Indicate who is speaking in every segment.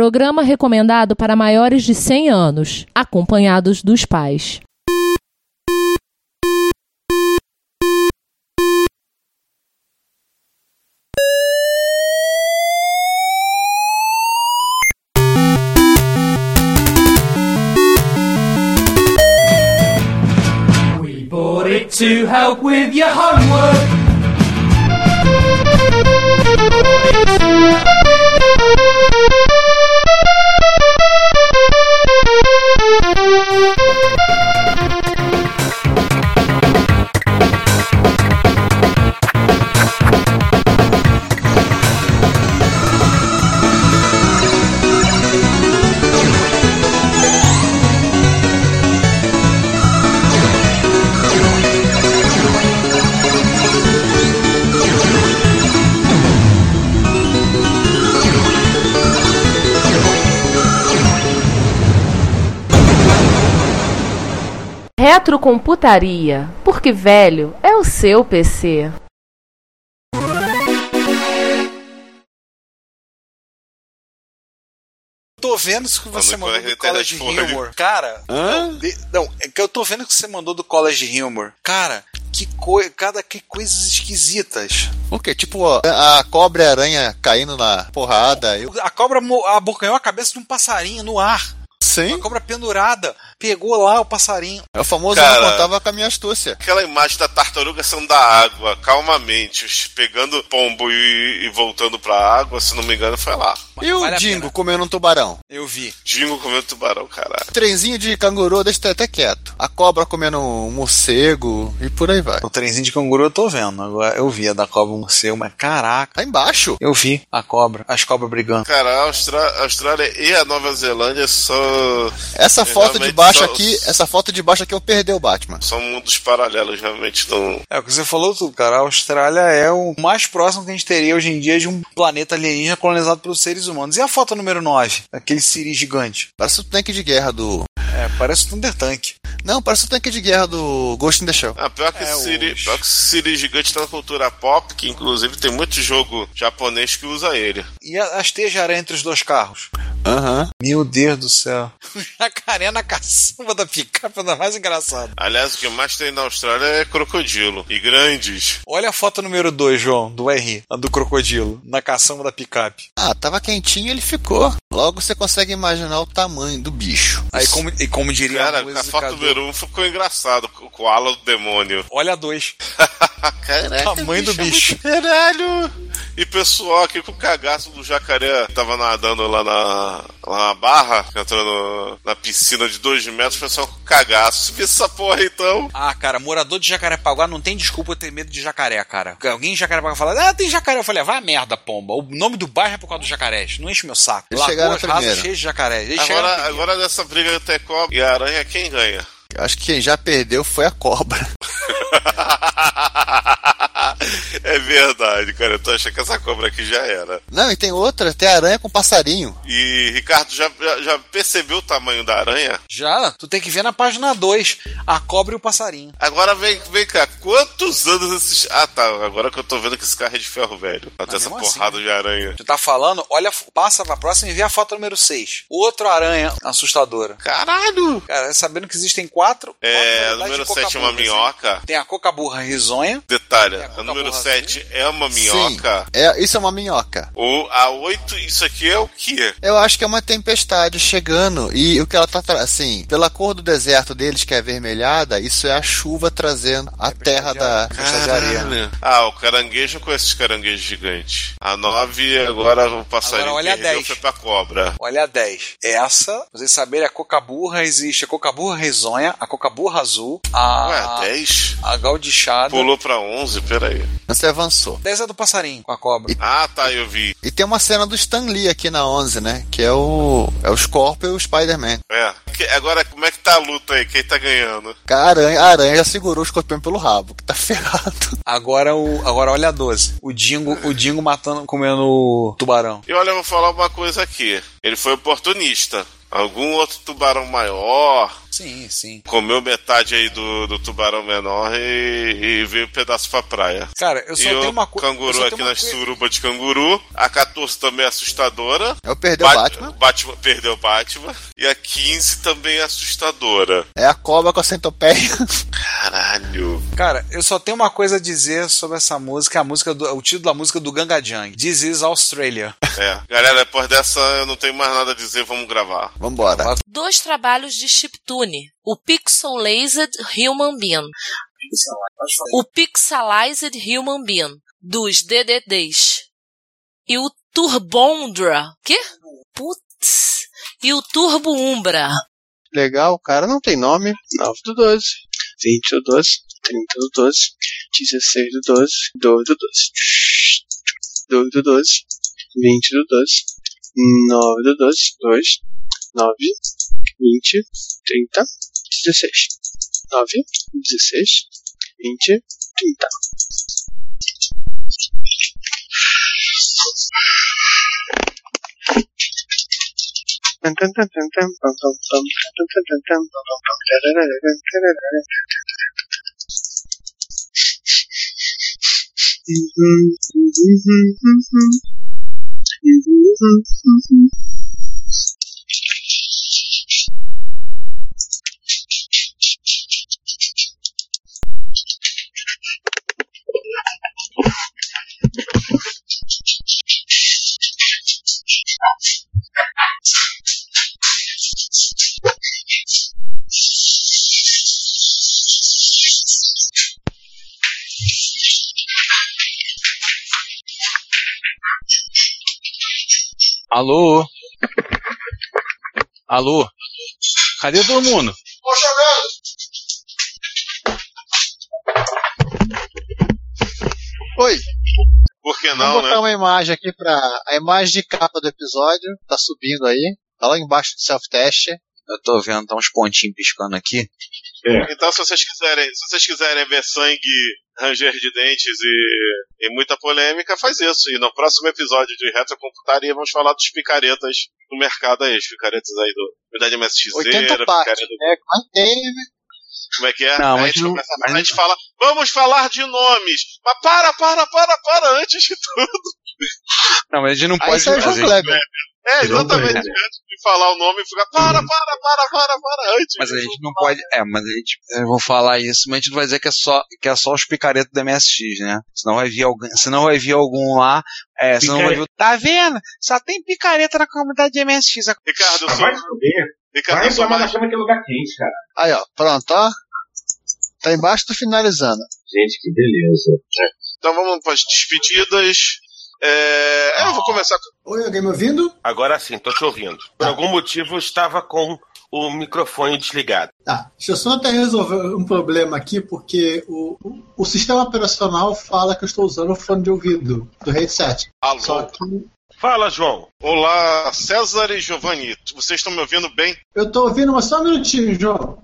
Speaker 1: Programa recomendado para maiores de 100 anos, acompanhados dos pais.
Speaker 2: We bought it to help with your homework.
Speaker 3: Retrocomputaria, porque velho é o seu PC.
Speaker 4: Tô vendo isso que você
Speaker 5: Falou
Speaker 4: mandou
Speaker 5: que
Speaker 4: do
Speaker 5: a internet
Speaker 4: College
Speaker 5: foi.
Speaker 4: Humor. Cara,
Speaker 5: Hã?
Speaker 4: de- não, é que eu tô vendo que você mandou do College Humor. Cara, que coi, cada que coisas esquisitas.
Speaker 5: O quê? Tipo, ó, a cobra e a aranha caindo na porrada. Eu...
Speaker 4: A cobra mo- abocanhou a cabeça de um passarinho no ar.
Speaker 5: Sim.
Speaker 4: A cobra pendurada pegou lá o passarinho.
Speaker 5: É o famoso
Speaker 6: Cara.
Speaker 5: não contava com a minha astúcia.
Speaker 6: Aquela imagem da tartaruga saindo da água, calmamente, os- pegando pombo e, e voltando pra água, se não me engano, foi lá.
Speaker 5: E o
Speaker 4: vale a
Speaker 5: Dingo
Speaker 4: pena.
Speaker 5: comendo um tubarão.
Speaker 4: Eu vi.
Speaker 6: Dingo comendo tubarão, caralho.
Speaker 5: Trenzinho de canguru deixa até quieto. A cobra comendo um morcego e por aí vai.
Speaker 4: O trenzinho de canguru eu tô vendo. Agora eu vi a da cobra morcego, mas caraca.
Speaker 5: Lá embaixo.
Speaker 4: Eu vi a cobra, as cobras brigando.
Speaker 6: Cara, a Austra- a Austrália e a Nova Zelândia são,
Speaker 5: Essa
Speaker 6: Eu
Speaker 5: foto de
Speaker 6: realmente
Speaker 5: baixo
Speaker 6: só-
Speaker 5: aqui, essa foto de baixo aqui eu perdi o Batman.
Speaker 6: são mundos paralelos, realmente não.
Speaker 4: É o que você falou tudo, cara. A Austrália é o mais próximo que a gente teria hoje em dia de um planeta alienígena colonizado pelos seres humanos. E a foto número 9? Aquele Siri gigante.
Speaker 5: Parece o tanque de guerra do.
Speaker 4: É, parece o Thunder Tank.
Speaker 5: Não, parece o tanque de guerra do Ghost in the Shell.
Speaker 6: Ah, pior que
Speaker 4: É,
Speaker 6: esse Siri,
Speaker 4: os-
Speaker 6: pior que esse Siri gigante tá na cultura pop, que inclusive tem muito jogo japonês que usa ele.
Speaker 4: E a- as teias de aranha entre os dois carros.
Speaker 5: Aham.
Speaker 4: Meu Deus do céu. O jacaré na caçamba da picape é mais engraçado.
Speaker 6: Aliás, o que mais tem na Austrália é crocodilo. E grandes.
Speaker 4: Olha a foto número 2, João, do R, a do crocodilo, na caçamba da picape.
Speaker 5: Ah, tava quentinho ele ficou. Logo você consegue imaginar o tamanho do bicho.
Speaker 4: Aí, como, e como diria
Speaker 6: Cara,
Speaker 4: a
Speaker 6: a
Speaker 4: música
Speaker 6: foto
Speaker 4: do-
Speaker 6: número 1 um ficou engraçado. O koala do demônio.
Speaker 4: Olha a 2.
Speaker 6: Caraca, é
Speaker 4: Tamanho do bicho.
Speaker 6: Caralho! E pessoal aqui com o cagaço do jacaré tava nadando lá na, lá na barra, entrando na piscina de 2 metros, o pessoal com cagaço. Subir essa porra então.
Speaker 4: Ah, cara, morador de Jacarepaguá não tem desculpa ter medo de jacaré, cara. Alguém em Jacarepaguá fala, ah, tem jacaré. Eu falei, ah, vai a merda, pomba. O nome do bairro é por causa dos jacarés. Não enche meu saco.
Speaker 5: Eles chegaram na primeira.
Speaker 4: cheias de jacarés. Eles chegaram na
Speaker 6: Agora,
Speaker 4: primeira.
Speaker 6: agora nessa briga entre cobra e aranha, quem ganha?
Speaker 5: Eu acho que quem já perdeu foi a cobra.
Speaker 6: é verdade, cara. Eu tô achando que essa cobra aqui já era.
Speaker 5: Não, e tem outra, tem aranha com passarinho.
Speaker 6: E, Ricardo, já, já, já percebeu o tamanho da aranha?
Speaker 4: Já, tu tem que ver na página 2, a cobra e o passarinho.
Speaker 6: Agora vem, vem cá, quantos anos esses. Ah tá, agora que eu tô vendo que esse carro é de ferro velho. Até
Speaker 4: Mas
Speaker 6: essa
Speaker 4: mesmo assim,
Speaker 6: porrada de aranha.
Speaker 4: Tu tá falando, olha, passa pra próxima e vê a foto número 6. Outra aranha assustadora.
Speaker 6: Caralho!
Speaker 4: Cara, sabendo que existem quatro.
Speaker 6: É, a
Speaker 4: quatro variedades
Speaker 6: número
Speaker 4: de coca
Speaker 6: 7 é uma
Speaker 4: burra, assim.
Speaker 6: minhoca.
Speaker 4: Tem a cocaburra risonha.
Speaker 6: Detalhe,
Speaker 4: É,
Speaker 6: a
Speaker 4: coca
Speaker 6: número
Speaker 4: burra
Speaker 6: 7 é uma
Speaker 5: Sim,
Speaker 6: minhoca.
Speaker 5: é, isso é uma minhoca.
Speaker 6: Ou a 8, isso aqui é o quê?
Speaker 5: Eu acho que é uma tempestade chegando e o que ela tá, tra- assim, pela cor do deserto deles que é avermelhada, isso é a chuva trazendo a terra da tempestade de areia.
Speaker 6: Caralho. Ah, o caranguejo com esses caranguejos gigantes. A 9, agora o passarinho
Speaker 4: Agora olha a
Speaker 6: perdeu
Speaker 4: 10.
Speaker 6: foi pra cobra.
Speaker 4: Olha a 10. Essa, pra vocês saberem, a cocaburra existe. A cocaburra risonha, a cocaburra azul, a.
Speaker 6: Ué, 10?
Speaker 4: a galdichada.
Speaker 6: Pulou pra 11, peraí.
Speaker 5: Você avançou.
Speaker 4: 10 é do passarinho com a cobra.
Speaker 6: Ah, tá, eu vi.
Speaker 5: E tem uma cena do Stan Lee aqui na 11, né? Que é o, é o Scorpion e o Spider-Man.
Speaker 6: É. Que- Agora, como é que tá a luta aí? Quem tá ganhando?
Speaker 5: Que A aranha, a aranha já segurou o escorpião pelo rabo, que tá ferrado.
Speaker 4: Agora, o, agora olha a 12. O dingo, o dingo matando, comendo tubarão.
Speaker 6: E olha, eu vou falar uma coisa aqui. Ele foi oportunista. Algum outro tubarão maior,
Speaker 7: Sim, sim.
Speaker 6: Comeu metade aí do, do tubarão menor e, e veio um pedaço pra praia.
Speaker 7: Cara, eu só
Speaker 6: e
Speaker 7: tenho
Speaker 6: o
Speaker 7: uma coisa.
Speaker 6: canguru aqui nas suruba de canguru. A 14 também é assustadora.
Speaker 5: É o Perdeu o
Speaker 6: Bat-
Speaker 5: Batman.
Speaker 6: Perdeu o Batman. E a 15 também é assustadora.
Speaker 5: É a cobra com a centopeia.
Speaker 6: Caralho.
Speaker 7: Cara, eu só tenho uma coisa a dizer sobre essa música,
Speaker 4: é
Speaker 7: a música do, o título da música do Ganga Jang. This is Australia.
Speaker 6: É. Galera, depois dessa eu não tenho mais nada a dizer, vamos gravar.
Speaker 5: Vambora.
Speaker 1: Dois trabalhos de chiptune. O Pixelated Human Being. O Pixelized Human Being. Dos DDDs. E o Turbondra. Que? Putz. E o Turbo Umbra.
Speaker 8: Legal, o cara não tem nome. 9 do 12, 20 do 12, 30 do 12, 16 do 12, 12 do 12, 12 do 12, 20 do 12, 9 do 12, 2, 9, 20, 30, 16. 9, 16, 20, 30. Tan, tan, tan, tan, tan, pam, pam, pam, tan, tan, tan, tan, pam, pam, pam, tararararam, tararararam. Uhum, uhum, uhum, uhum. Uhum, uhum, uhum.
Speaker 4: Alô? Alô? Cadê todo mundo?
Speaker 5: Oi,
Speaker 6: Por que não,
Speaker 5: vamos botar
Speaker 6: né?
Speaker 5: uma imagem aqui pra. A imagem de capa do episódio tá subindo aí. Tá lá embaixo do self-test.
Speaker 7: Eu tô vendo, tá uns pontinhos piscando aqui.
Speaker 6: Então, se vocês quiserem, se vocês quiserem ver sangue, ranger de dentes e, e muita polêmica, faz isso. E no próximo episódio de Retrocomputaria vamos falar dos picaretas do mercado aí, os picaretas aí do Unidade MSX,
Speaker 5: 80
Speaker 6: picareta
Speaker 5: partes, né? Mantém,
Speaker 6: Como é que é?
Speaker 4: Não,
Speaker 6: Aí a
Speaker 4: mas
Speaker 6: gente,
Speaker 4: não-
Speaker 6: começa-
Speaker 4: mas
Speaker 6: a gente fala, vamos falar de nomes. Mas para, para, para, para, antes de tudo.
Speaker 4: Não, mas a gente
Speaker 6: Ah,
Speaker 4: não
Speaker 5: Aí
Speaker 4: pode
Speaker 5: saiu é o João
Speaker 4: fazer.
Speaker 5: Kleber.
Speaker 6: É,
Speaker 4: um
Speaker 9: Não,
Speaker 6: exatamente.
Speaker 9: mas-
Speaker 6: Antes de falar o nome, fica para, para, para, para, para, antes.
Speaker 4: Mas a gente não pode. É, mas a gente. Eu vou falar isso, mas a gente não vai dizer que é só, que é só os picaretos do MSX, né? Senão vai vir alguém, senão vai vir algum lá. É, senão vai vir. Tá vendo? Só tem picareta na comunidade de MSX.
Speaker 6: Ricardo, eu
Speaker 9: Ah,
Speaker 6: sou,
Speaker 9: vai foder.
Speaker 6: Ricardo,
Speaker 9: Vai
Speaker 6: eu sou
Speaker 9: reclamar da
Speaker 6: mais.
Speaker 9: chama que é lugar quente, cara.
Speaker 5: Aí, ó, pronto, ó. Tá embaixo do finalizando.
Speaker 9: Gente, que beleza.
Speaker 6: Então vamos para as despedidas. É, eu vou começar com.
Speaker 10: Oi, alguém me ouvindo?
Speaker 9: Agora sim, tô te ouvindo. Por algum motivo eu estava com o microfone desligado.
Speaker 10: Tá, deixa eu só até resolver um problema aqui, porque o, o, o sistema operacional fala que eu estou usando o fone de ouvido do headset. Só
Speaker 6: Alô.
Speaker 10: que
Speaker 9: Fala, João.
Speaker 6: Olá, César e Giovanni. Vocês estão me ouvindo bem?
Speaker 10: eu tô ouvindo, mas só um minutinho, João.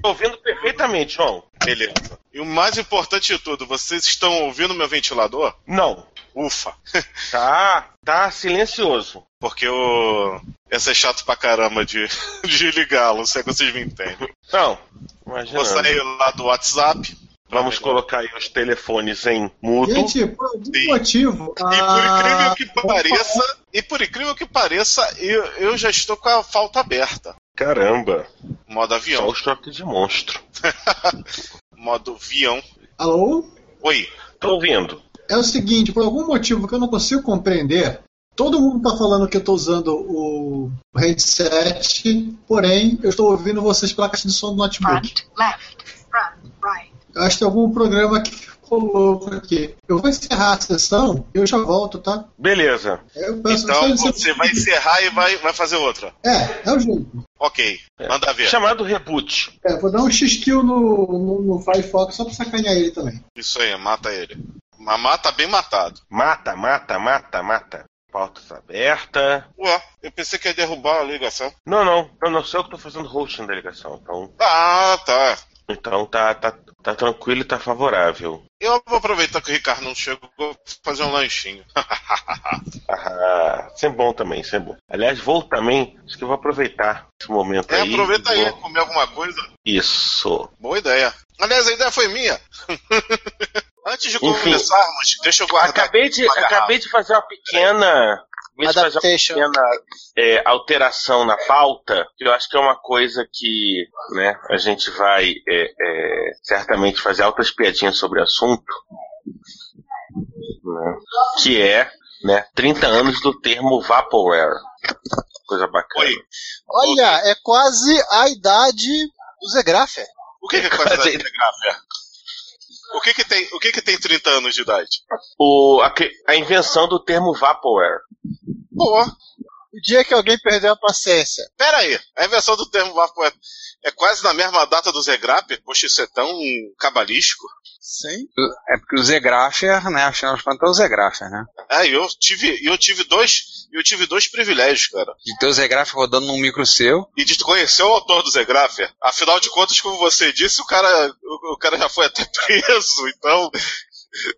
Speaker 9: Tô ouvindo perfeitamente, João.
Speaker 6: Beleza. E o mais importante de tudo, vocês estão ouvindo meu ventilador?
Speaker 9: Não.
Speaker 6: Ufa.
Speaker 9: Tá, tá silencioso.
Speaker 6: Porque eu. ia ser chato pra caramba de, de ligá-lo, se é que vocês me entendem.
Speaker 9: Não.
Speaker 6: Vou
Speaker 9: Imagina.
Speaker 6: sair lá do WhatsApp.
Speaker 9: Vamos colocar aí os telefones em mudo.
Speaker 10: Gente,
Speaker 8: Então,
Speaker 10: por algum
Speaker 6: Sim.
Speaker 10: motivo. ah,
Speaker 6: E por incrível
Speaker 10: a-
Speaker 6: que pareça, e por incrível que pareça, eu, eu já estou com a falta aberta.
Speaker 9: Caramba.
Speaker 6: Modo
Speaker 9: Só
Speaker 6: avião.
Speaker 9: o choque de monstro.
Speaker 6: Modo avião.
Speaker 10: Alô?
Speaker 6: Oi.
Speaker 9: Tô ouvindo.
Speaker 10: É o seguinte, por algum motivo que eu não consigo compreender, todo mundo tá falando que eu tô usando o o headset, porém eu estou ouvindo vocês pela caixa de som do notebook. Eu acho que tem algum programa que ficou louco aqui. Eu vou encerrar a sessão e eu já volto, tá?
Speaker 9: Beleza.
Speaker 10: Eu peço
Speaker 6: Então
Speaker 10: só licença.
Speaker 6: você vai encerrar e vai, vai fazer outra.
Speaker 10: É, é o jeito.
Speaker 6: Ok. Manda ver.
Speaker 9: Chamado reboot.
Speaker 10: É, vou dar um x-kill no, no, no Firefox só pra sacanear ele também.
Speaker 6: Isso aí, mata ele. Mas mata bem matado.
Speaker 9: Mata, mata, mata, mata. Pautas aberta.
Speaker 6: Ué, eu pensei que ia derrubar a ligação.
Speaker 9: Não, não. Eu não sei o que tô fazendo hosting da ligação. Então,
Speaker 6: Ah, tá.
Speaker 9: Então tá, tá, tá tranquilo e tá favorável.
Speaker 6: Eu vou aproveitar que o Ricardo não chegou vou fazer um lanchinho.
Speaker 9: Ah, sempre bom também, sempre bom. Aliás, vou também, acho que eu vou aproveitar esse momento
Speaker 6: É,
Speaker 9: aí.
Speaker 6: aproveita aí,
Speaker 9: Vou-
Speaker 6: comer alguma coisa.
Speaker 9: Isso.
Speaker 6: Boa ideia. Aliás, a ideia foi minha. Antes de
Speaker 9: Enfim.
Speaker 6: começarmos, deixa eu guardar.
Speaker 9: Acabei de,
Speaker 6: uma garrafa.
Speaker 9: acabei de fazer uma pequena. Acabei de fazer uma pequena é, alteração na pauta, que eu acho que é uma coisa que né, a gente vai é, é, certamente fazer altas piadinhas sobre o assunto. né, que é né, 30 anos do termo Vaporware. Coisa bacana.
Speaker 11: Olha, é quase a idade do Zé Graffer.
Speaker 6: O que, que é com essa idade de gráfica? O que que tem, o que que tem 30 anos de idade?
Speaker 9: O, a, que- a invenção do termo Vaporware.
Speaker 6: Boa.
Speaker 11: O dia que alguém perdeu a paciência.
Speaker 6: Pera aí, a invenção do termo Vapo é, é quase na mesma data do Zé Grappe? Poxa, isso é tão cabalístico.
Speaker 11: Sim.
Speaker 4: É porque o Zé Graffer, né? Afinal de contas é o Zé Graffer, né?
Speaker 6: É, eu tive, eu tive dois, eu tive dois privilégios, cara.
Speaker 4: De ter Então o Zé Graffer rodando num um micro seu.
Speaker 6: E de conhecer o autor do Zé Graffer. Afinal de contas, como você disse, o cara, o, o cara já foi até preso, então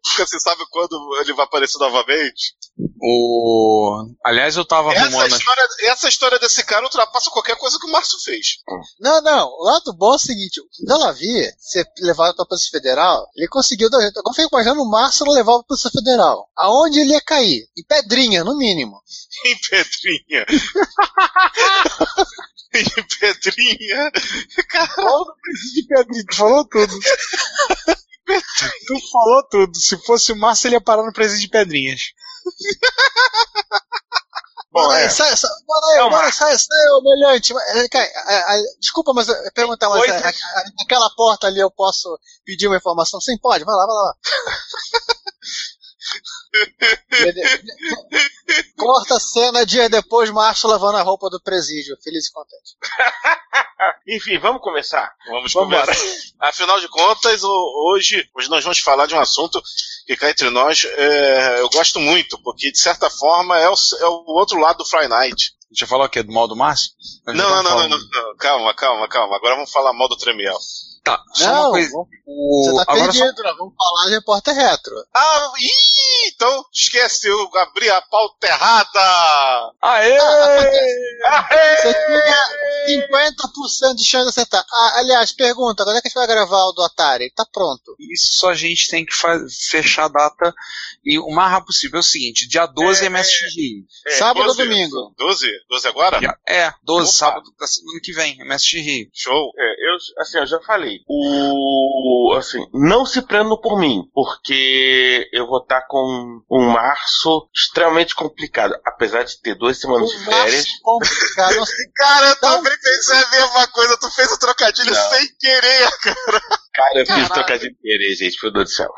Speaker 6: nunca se sabe quando ele vai aparecer novamente.
Speaker 4: O... Aliás, eu tava
Speaker 6: Essa
Speaker 4: arrumando.
Speaker 6: história, essa história desse cara ultrapassa qualquer coisa que o Márcio fez.
Speaker 11: Não, não. O lado bom é o seguinte: o Delavi, ser levado pra Polícia Federal, ele conseguiu dar jeito. Agora eu fico imaginando o Márcio levar pra Polícia Federal. Aonde ele ia cair? Em pedrinha, no mínimo.
Speaker 6: Em Pedrinha. em Pedrinha.
Speaker 11: Caramba.
Speaker 4: De Pedrinho, tu falou tudo. tu falou tudo. Se fosse o Márcio, ele ia parar no presídio de Pedrinhas.
Speaker 11: Bora aí,
Speaker 4: é.
Speaker 11: sai, sai, bora aí,
Speaker 4: Não,
Speaker 11: bora,
Speaker 4: Márcio.
Speaker 11: sai, sai, humilhante. é, Desculpa, mas eu ia perguntar, mas
Speaker 4: Coisas-
Speaker 11: a- a- a- naquela porta ali eu posso pedir uma informação? Sim, pode, vai lá, vai lá. Dia de- Corta a cena dia depois, Márcio lavando a roupa do presídio, feliz e contente.
Speaker 9: Enfim, tá. vamos começar.
Speaker 6: Vamos
Speaker 9: Vambora.
Speaker 6: conversar. Afinal de contas, o- hoje, hoje nós vamos falar de um assunto que cá entre nós é, eu gosto muito, porque de certa forma é o, é o outro lado do Friday Night.
Speaker 4: Deixa eu falar o quê? é Do mal do Márcio?
Speaker 6: Não, não, não, não, não. Calma, calma, calma. Agora vamos falar mal do Tremiel.
Speaker 4: Tá, só
Speaker 11: Não,
Speaker 4: uma coisa.
Speaker 11: vamos-
Speaker 4: O...
Speaker 11: Você tá
Speaker 4: Agora só...
Speaker 11: perdido, nós vamos falar de repórter retro.
Speaker 6: Ah, ih, então esqueceu, abri a pauta errada!
Speaker 4: Aê!
Speaker 11: Você tinha 50% de chance de acertar. Ah, aliás, pergunta, quando é que a gente vai gravar o do Atari? Tá pronto.
Speaker 4: Isso só a gente tem que fa- fechar a data e o mais rápido possível. É o seguinte, dia 12 é, MSX Rio.
Speaker 11: Sábado ou domingo?
Speaker 6: 12? 12 agora?
Speaker 4: Dia- É, 12,
Speaker 6: Opa.
Speaker 4: sábado da semana que vem, MSX Rio.
Speaker 6: Show!
Speaker 9: É, eu, assim, eu já falei. O, assim, não se prendam por mim, porque eu vou estar com um março extremamente complicado. Apesar de ter duas
Speaker 11: Um
Speaker 9: semanas de férias.
Speaker 11: Márcio complicado. não sei.
Speaker 6: Cara, eu
Speaker 11: Não.
Speaker 6: também pensei a mesma coisa, tu fez o trocadilho
Speaker 9: Não.
Speaker 6: sem querer!
Speaker 9: Cara, eu fiz
Speaker 11: Caralho.
Speaker 9: trocadilho de férias, gente, meu Deus do céu.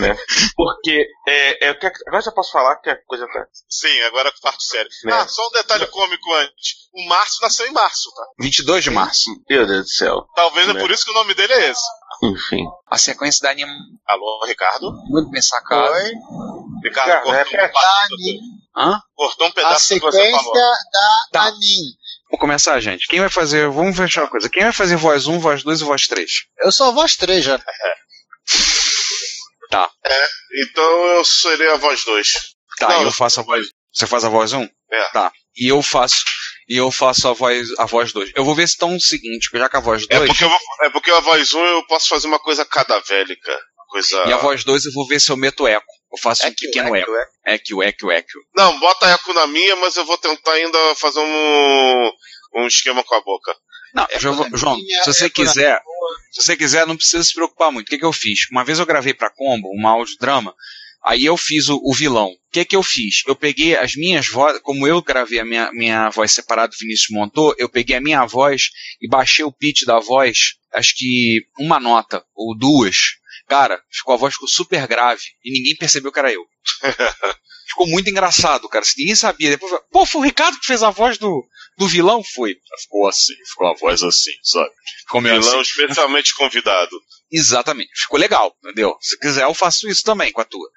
Speaker 9: Né? Porque, é, é, o que- agora já posso falar que a coisa tá.
Speaker 6: Sim, agora parte séria.
Speaker 9: Né.
Speaker 6: Ah, só um detalhe cômico antes. O Márcio nasceu em março, tá?
Speaker 4: 22 de março.
Speaker 9: Meu Deus do céu.
Speaker 6: Talvez é
Speaker 9: Né.
Speaker 6: por isso que o nome dele é esse.
Speaker 9: Enfim.
Speaker 4: A sequência da anime
Speaker 6: Alô, Ricardo?
Speaker 4: muito bem sacada.
Speaker 6: Ricardo,
Speaker 9: Cara,
Speaker 6: cortou, um
Speaker 9: repete.
Speaker 6: pedaço,
Speaker 4: Hã?
Speaker 6: cortou um
Speaker 11: A
Speaker 6: pedaço do que você falou.
Speaker 11: sequência da
Speaker 4: Tá.
Speaker 11: Anin.
Speaker 4: Vou começar, gente. Quem vai fazer. Vamos fechar uma coisa. Quem vai fazer voz 1, voz 2 e voz 3?
Speaker 11: Eu só vou as três já.
Speaker 6: Então eu serei a voz 2.
Speaker 4: Tá,
Speaker 6: Não,
Speaker 4: eu faço a voz. Você faz a voz 1?
Speaker 6: É.
Speaker 4: Tá. E eu faço. E eu faço a voz a voz 2. Eu vou ver se estão o seguinte, já que a voz 2.
Speaker 6: É porque, eu vou, é porque a voz 1 um, eu posso fazer uma coisa cadavélica. uma Coisa...
Speaker 4: E a voz 2 eu vou ver se eu meto eco. Eu faço um pequeno eco.
Speaker 6: é.
Speaker 4: Eco, eco, eco.
Speaker 6: Não, bota eco na minha, mas eu vou tentar ainda fazer um, um esquema com a boca.
Speaker 4: Não,
Speaker 11: Eco
Speaker 4: João,
Speaker 11: na
Speaker 4: João,
Speaker 11: minha,
Speaker 4: se você
Speaker 11: eco na
Speaker 4: quiser, se você quiser, não precisa se preocupar muito. O que, que eu fiz? Uma vez eu gravei pra Combo, uma audiodrama, aí eu fiz o, o vilão. O que, que eu fiz? Eu peguei as minhas vozes, como eu gravei a minha, minha voz separada, o Vinícius montou, eu peguei a minha voz e baixei o pitch da voz, acho que uma nota ou duas. Cara, ficou a voz ficou super grave e ninguém percebeu que era eu. ficou muito engraçado, cara. Se ninguém sabia, depois foi, pô, foi o Ricardo que fez a voz do, do vilão, foi. Ficou assim, ficou a voz assim, sabe? Ficou meio assim.
Speaker 6: Vilão é especialmente convidado.
Speaker 4: Exatamente. Ficou legal, entendeu? Se quiser, eu faço isso também com a tua.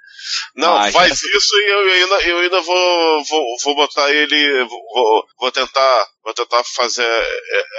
Speaker 6: Não,
Speaker 4: Mas-
Speaker 6: faz isso e eu ainda, eu ainda vou, vou, vou botar ele. Vou, é, vou- vou tentar, vou tentar fazer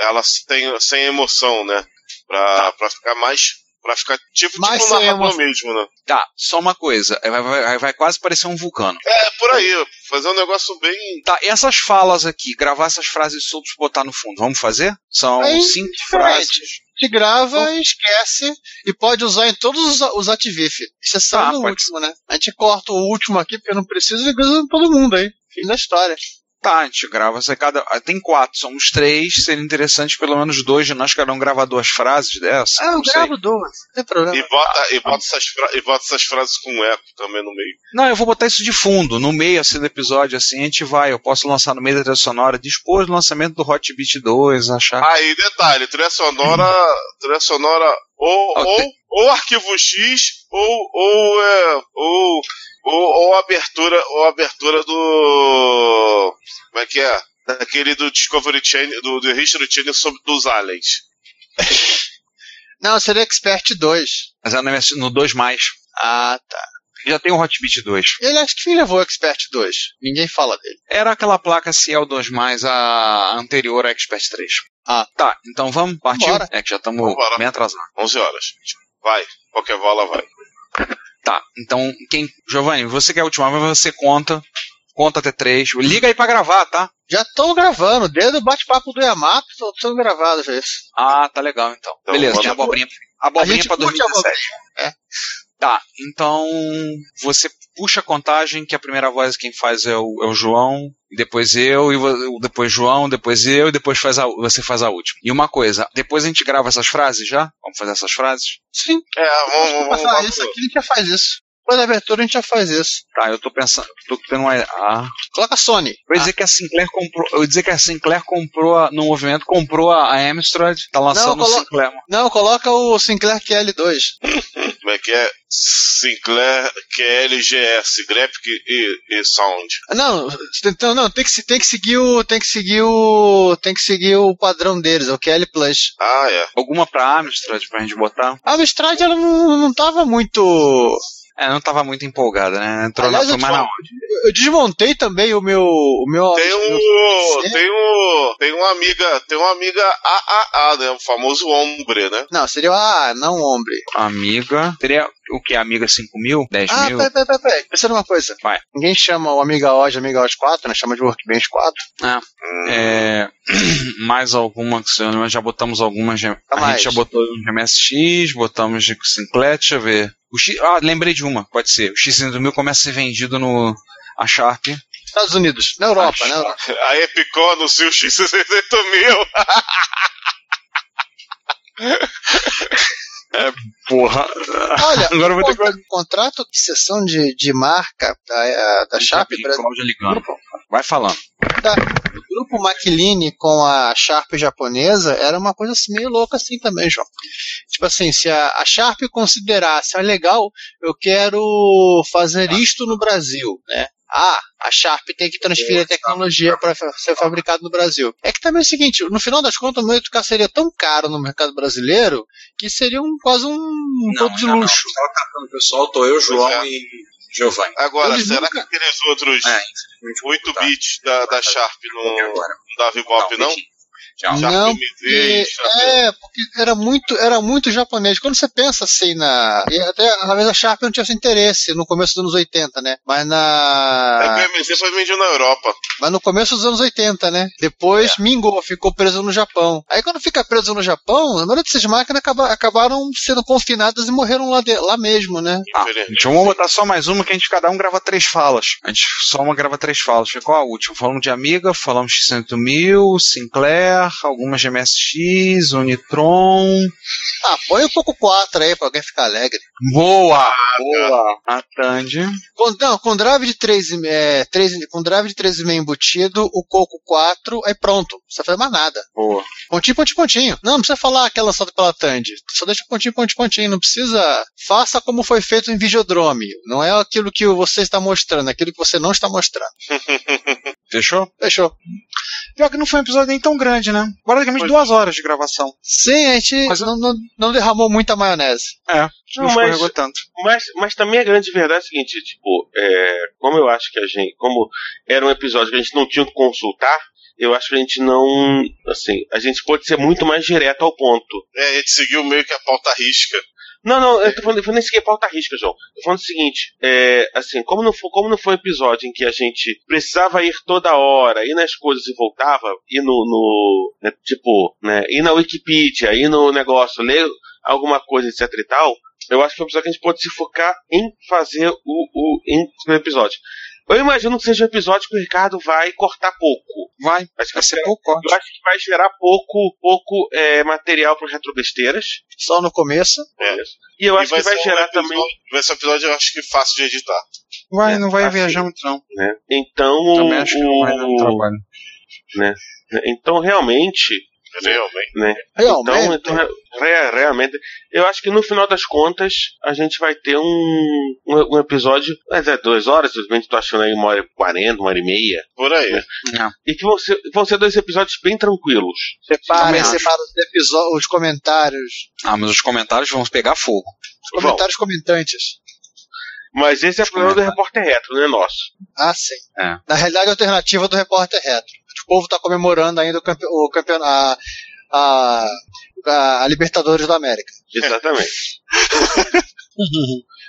Speaker 6: ela sem, sem emoção, né? Pra, pra ficar mais. Pra ficar tipo,
Speaker 7: Mais
Speaker 6: tipo um
Speaker 7: cinema.
Speaker 6: narrador mesmo, né?
Speaker 4: Tá, só uma coisa. Vai, vai- vai quase parecer um vulcano.
Speaker 6: É, por aí, fazer um negócio bem.
Speaker 4: Tá, essas falas aqui, gravar essas frases soltas e botar no fundo, vamos fazer? São
Speaker 11: Aí,
Speaker 4: cinco
Speaker 11: diferente.
Speaker 4: frases.
Speaker 11: Te grava, esquece e pode usar em todos os, os ativif. Exceção do último, né? A gente corta o último aqui porque eu não preciso e gruda em todo mundo aí. Fim da história.
Speaker 4: Tá, a gente grava essa cada. ah, Tem quatro, somos três. Seria interessante pelo menos dois de nós cada um gravar duas frases dessa.
Speaker 11: Ah, eu
Speaker 4: não sei.
Speaker 11: gravo duas, não tem problema.
Speaker 6: E bota, e, bota essas fra- e bota essas frases com eco também no meio.
Speaker 4: Não, eu vou botar isso de fundo, no meio assim do episódio, assim, a gente vai, eu posso lançar no meio da trilha sonora, dispor do lançamento do Hot Beat 2, achar.
Speaker 6: Ah, e detalhe, trilha sonora, trilha sonora ou, ou, ou arquivo X ou ou, é, ou ou ou abertura ou abertura do como é que é daquele do Discovery Channel do, do History Channel sobre dos aliens.
Speaker 11: Não, seria Expert 2.
Speaker 4: Mas é no MS no 2 mais.
Speaker 11: Ah, tá.
Speaker 4: Já tem o Hot Beat 2.
Speaker 11: Ele acho que levou o Expert 2. Ninguém fala dele.
Speaker 4: Era aquela placa Ciel 2, a anterior à Expert 3. Ah, tá. Então vamos, partiu?
Speaker 6: Bora.
Speaker 4: É que já estamos
Speaker 6: Vambora.
Speaker 4: bem atrasados.
Speaker 6: 11 horas. Vai, qualquer bola vai.
Speaker 4: Tá, então quem. Giovanni, você que é a última, mas você conta. Conta até 3. Liga aí pra gravar, tá?
Speaker 11: Já estão gravando, desde o bate-papo do Yamato, estão gravados já isso.
Speaker 4: Ah, tá legal então.
Speaker 11: Então,
Speaker 4: Beleza,
Speaker 11: manda-
Speaker 4: tem abobrinha. Abobrinha
Speaker 11: gente
Speaker 4: pra
Speaker 11: curte a né?
Speaker 4: 2017. Tá, então você puxa a contagem, que a primeira voz quem faz é o, é o João, e depois eu, e vo- depois João, depois eu, e depois faz a- você faz a última. E uma coisa, depois a gente grava essas frases já? Vamos fazer essas frases?
Speaker 11: Sim.
Speaker 6: É, vamos,
Speaker 11: Então, vamos passar isso aqui, a gente já faz isso. Depois da abertura a gente já faz isso.
Speaker 4: Tá, eu tô pensando, tô tendo uma. Ah.
Speaker 11: Coloca Sony.
Speaker 4: Eu ia dizer que a Sinclair comprou, eu ia dizer que a Sinclair comprou a- no movimento, comprou a, a Amstrad, tá lançando o
Speaker 11: colo-
Speaker 4: Sinclair.
Speaker 11: não, coloca o Sinclair QL2.
Speaker 6: Como é que é? Sinclair QLGS, Graphic e, e Sound.
Speaker 11: Não, então não, tem que, se- tem que seguir o. Tem que seguir o. Tem que seguir o padrão deles, é o QL Plus.
Speaker 6: Ah, é.
Speaker 4: Alguma pra Amstrad pra gente botar?
Speaker 11: A Amstrad ela não, não tava muito.
Speaker 4: É, não tava muito empolgada, né? Entrou
Speaker 11: Aliás,
Speaker 4: na
Speaker 11: eu, um-
Speaker 4: foi mais na hora.
Speaker 11: eu- eu desmontei também o meu. O meu
Speaker 6: Tem um, tem um, tem uma amiga, tem uma amiga AAA, né? O famoso hombre, né?
Speaker 11: Não, seria o ah, não homem.
Speaker 4: Amiga. Seria o que? Amiga 5 mil? 10
Speaker 11: Ah,
Speaker 4: mil?
Speaker 11: peraí, peraí, peraí, peraí. Pensando numa coisa.
Speaker 4: Vai.
Speaker 11: Ninguém chama o Amiga Oz de Amiga Oz 4, né? Chama de Workbench 4.
Speaker 4: Ah, é, mais alguma que você- nós já botamos algumas. de- A
Speaker 11: mais.
Speaker 4: gente já botou um de MSX, botamos de Sinclair, deixa eu ver. O X, ah, lembrei de uma, pode ser. O X1000 começa a ser vendido no a Sharp.
Speaker 11: Estados Unidos, na Europa, né?
Speaker 6: A Epicon no seu X68 mil.
Speaker 4: É, porra.
Speaker 11: Olha,
Speaker 4: Agora eu vou ter
Speaker 11: contra- contrato de sessão de, de marca da,
Speaker 5: é,
Speaker 11: eh, da Sharp Brasil.
Speaker 4: Tá Cláudia ligando. Vai falando.
Speaker 11: da- do grupo Maquiline com a Sharp japonesa era uma coisa assim, meio louca assim também, João. Tipo assim, se a, a Sharp considerasse, ah, legal, eu quero fazer isto no Brasil, né? Ah, a Sharp tem que transferir a tecnologia para ser fabricado no Brasil. É que também é o seguinte, no final das contas, o meu educar seria tão caro no mercado brasileiro que seria um, quase um, um produto de luxo.
Speaker 4: Só catando o pessoal, tô eu, João
Speaker 6: Pois é.
Speaker 4: e Giovanni. Tá.
Speaker 6: Agora,
Speaker 11: Eles
Speaker 6: será
Speaker 11: nunca- É, tá.
Speaker 6: que aqueles outros 8 bits da, da Sharp não, não dava Ibope, não? Sharp
Speaker 11: Não, porque,
Speaker 6: 1006, Sharp-
Speaker 11: é, porque era muito, era muito japonês. Quando você pensa assim na. E até talvez a Sharp não tinha esse interesse no começo dos anos 80, né? Mas
Speaker 6: A
Speaker 11: na.
Speaker 6: BMC foi vendido na Europa.
Speaker 11: Mas no começo dos anos 80, né? Depois mingou, ficou preso no Japão. Aí quando fica preso no Japão, a maioria dessas máquinas acaba- acabaram sendo confinadas e morreram lá, de- lá mesmo, né?
Speaker 4: Ah, gente, vamos botar só mais uma que a gente cada um grava três falas. A gente só uma grava três falas. Ficou a última. Falamos de Amiga, falamos de 100 mil, Sinclair, algumas de MSX, Unitron.
Speaker 11: Ah, põe um pouco 4 aí pra alguém ficar alegre.
Speaker 4: Boa! Boa! A Tandy.
Speaker 11: Com, não, com drive de 3,5 é, 3, com drive de 3,5 embutido, o coco 4, aí pronto. Não precisa fazer mais nada.
Speaker 4: Boa.
Speaker 11: Pontinho, pontinho, pontinho. Não, não precisa falar que é lançado pela Tandy. Só deixa pontinho, pontinho, pontinho. Não precisa. Faça como foi feito em Videodrome. Não é aquilo que você está mostrando, é aquilo que você não está mostrando.
Speaker 4: Fechou?
Speaker 11: Fechou.
Speaker 4: Pior que não foi um episódio nem tão grande, né? Praticamente
Speaker 11: Pois.
Speaker 4: duas horas de gravação.
Speaker 11: Sim, a gente não, não- não derramou muita maionese.
Speaker 4: É,
Speaker 9: Não, mas,
Speaker 4: tanto.
Speaker 9: Mas, mas também a grande verdade é a seguinte, tipo, é, como eu acho que a gente, como era um episódio que a gente não tinha que consultar, eu acho que a gente não, assim, a gente pode ser muito mais direto ao ponto.
Speaker 6: É, a gente seguiu meio que a pauta risca.
Speaker 9: Não, não, eu tô falando, eu falando nem sequer pauta risca, João. Tô falando o seguinte, é, assim, como não, foi, como não foi um episódio em que a gente precisava ir toda hora, ir nas coisas e voltava, ir no, no né, tipo, né, ir na Wikipedia, ir no negócio, ler alguma coisa, etc e tal, eu acho que é um episódio que a gente pode se focar em fazer o, o em fazer o episódio. Eu imagino que seja um episódio que o Ricardo vai cortar pouco.
Speaker 4: Vai,
Speaker 9: acho que vai ser pouco. Eu acho que vai gerar pouco, pouco é, material para retrobesteiras.
Speaker 11: Só no começo.
Speaker 6: É.
Speaker 9: E eu acho que vai
Speaker 6: ser um
Speaker 9: gerar
Speaker 6: episódio-
Speaker 9: também-
Speaker 6: Vai ser um episódio, eu acho que fácil de editar.
Speaker 4: Vai, não vai
Speaker 9: assim,
Speaker 4: viajar muito, não.
Speaker 9: né? Então o-
Speaker 4: Também acho que não vai dar
Speaker 9: o-
Speaker 4: trabalho.
Speaker 9: né? Então realmente,
Speaker 6: realmente,
Speaker 9: né?
Speaker 6: Realmente.
Speaker 9: Então, então, re- realmente, eu acho que no final das contas a gente vai ter um, um, um episódio, mas é duas horas, simplesmente tô achando aí uma hora e quarenta, uma hora e meia.
Speaker 6: Por aí.
Speaker 11: É.
Speaker 9: E que vão ser, vão ser dois episódios bem tranquilos.
Speaker 11: Para,
Speaker 9: Também acho.
Speaker 11: separa os, episódios, os comentários.
Speaker 4: Ah, mas os comentários vão pegar fogo.
Speaker 11: Os comentários comentantes.
Speaker 9: Mas esse é o problema do repórter retro, não é nosso.
Speaker 11: Ah, sim.
Speaker 4: É.
Speaker 11: Na realidade, a alternativa do repórter retro. O povo está comemorando ainda o, campe... o campeon- a, a, a- a Libertadores da América.
Speaker 9: Exatamente.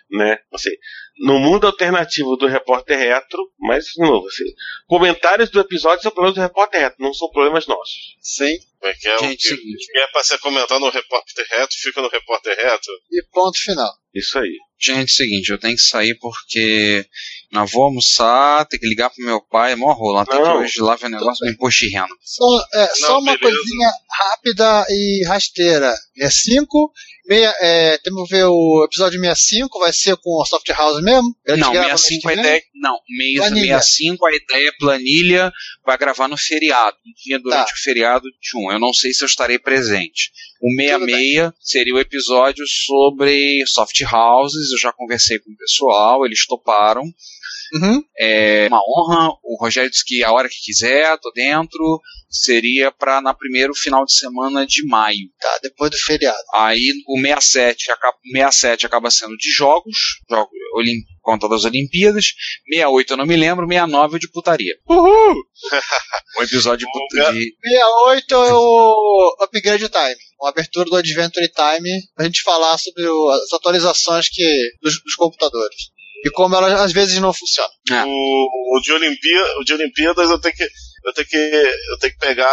Speaker 9: né? Assim, no mundo alternativo do repórter retro, mas de novo, assim, comentários do episódio são problemas do repórter retro, não são problemas nossos.
Speaker 11: Sim.
Speaker 6: Como é que é? o que, o que é pra ser comentado no repórter reto, fica no repórter reto.
Speaker 11: E ponto final.
Speaker 9: Isso aí.
Speaker 4: Gente, é seguinte, eu tenho que sair porque não vou almoçar, tenho que ligar pro meu pai, é mó rolo. Até que
Speaker 11: Não.
Speaker 4: hoje lá ver o negócio do imposto de renda.
Speaker 11: Só, é, só uma
Speaker 4: beleza.
Speaker 11: coisinha rápida e rasteira. 65. Meia, é, temos que ver o episódio 65, vai ser com o Soft House mesmo? Ele
Speaker 4: Não, 65
Speaker 11: grava
Speaker 4: a
Speaker 11: mês que
Speaker 4: ideia.
Speaker 11: vem?
Speaker 4: Não, mês
Speaker 11: né? Planilha.
Speaker 4: 65 a ideia é planilha, vai gravar no feriado, um dia
Speaker 11: Tá.
Speaker 4: durante o feriado de um. Eu não sei se eu estarei presente. O 66 seria o episódio sobre soft houses, eu já conversei com o pessoal, eles toparam. É uma honra. O Rogério disse que a hora que quiser, tô dentro. Seria pra na primeiro final de semana de maio.
Speaker 11: Tá, depois do feriado.
Speaker 4: Aí o 67 acaba, o 67 acaba sendo de jogos, jogo, Olim- conta das Olimpíadas. 68 eu não me lembro, 69 é de putaria. Uhul! Um episódio de putaria.
Speaker 11: 68 é o Upgrade Time, uma abertura do Adventure Time, pra gente falar sobre o- as atualizações que, dos, dos computadores. E como elas às vezes não funcionam.
Speaker 6: O, o de Olimpíadas, o de Olimpíadas eu tenho que eu tenho que eu tenho que pegar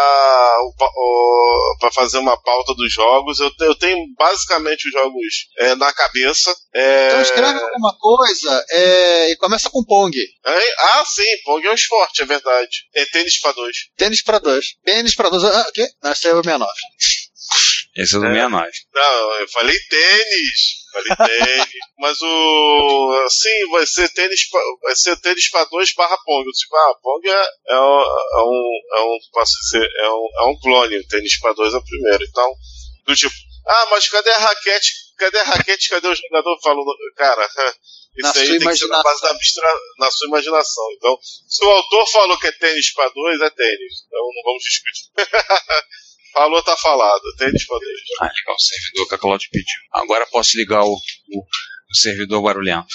Speaker 6: o, pa- o para fazer uma pauta dos jogos. Eu, te- eu tenho basicamente os jogos é, na cabeça. É,
Speaker 11: Então escreve alguma coisa é, e começa com Pong.
Speaker 6: é, ah, sim, Pong é um esporte, é verdade. É tênis pra dois.
Speaker 11: Tênis pra dois. Tênis pra dois. Ah, o quê? Não, esse é o 69.
Speaker 4: Esse é do 69.
Speaker 6: Não, eu falei tênis. Falei tênis. Mas o. Sim, vai ser tênis, pa- vai ser tênis pra dois barra Pong. Eu tipo, ah, Pong é, é um, é um. É um. Posso dizer, é um, é um clone. O tênis pra dois é o primeiro. Então, do tipo, ah, mas cadê a raquete? Cadê a raquete? Cadê o jogador? Falou, cara. Isso
Speaker 11: Na sua
Speaker 6: aí tem que ser na base da abstra- na sua imaginação. Então, se o autor falou que é tênis pra dois, é tênis. Então não vamos discutir. falou, tá falado. Tênis pra dois.
Speaker 4: Ah, ligar o servidor que a Cláudia pediu. Agora posso ligar o, o- o servidor barulhento.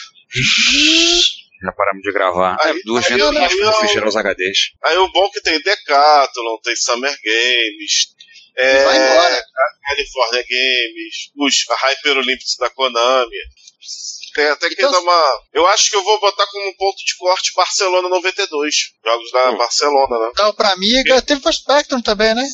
Speaker 4: Já paramos de gravar.
Speaker 6: Aí-
Speaker 4: É, duas
Speaker 6: aí eu-
Speaker 4: ventoinhas
Speaker 6: aí
Speaker 4: pra
Speaker 6: eu-
Speaker 4: fechar os HDs.
Speaker 6: Aí o bom é que tem Decathlon, tem Summer Games, é,
Speaker 11: Vai embora.
Speaker 6: a California Games, os a Hyper Olympics da Konami. Tem até que
Speaker 11: Então
Speaker 6: dar uma. Eu acho que eu vou botar como um ponto de corte Barcelona 92. Jogos da Barcelona, né?
Speaker 11: Então, pra Amiga, teve pra Spectrum também, né?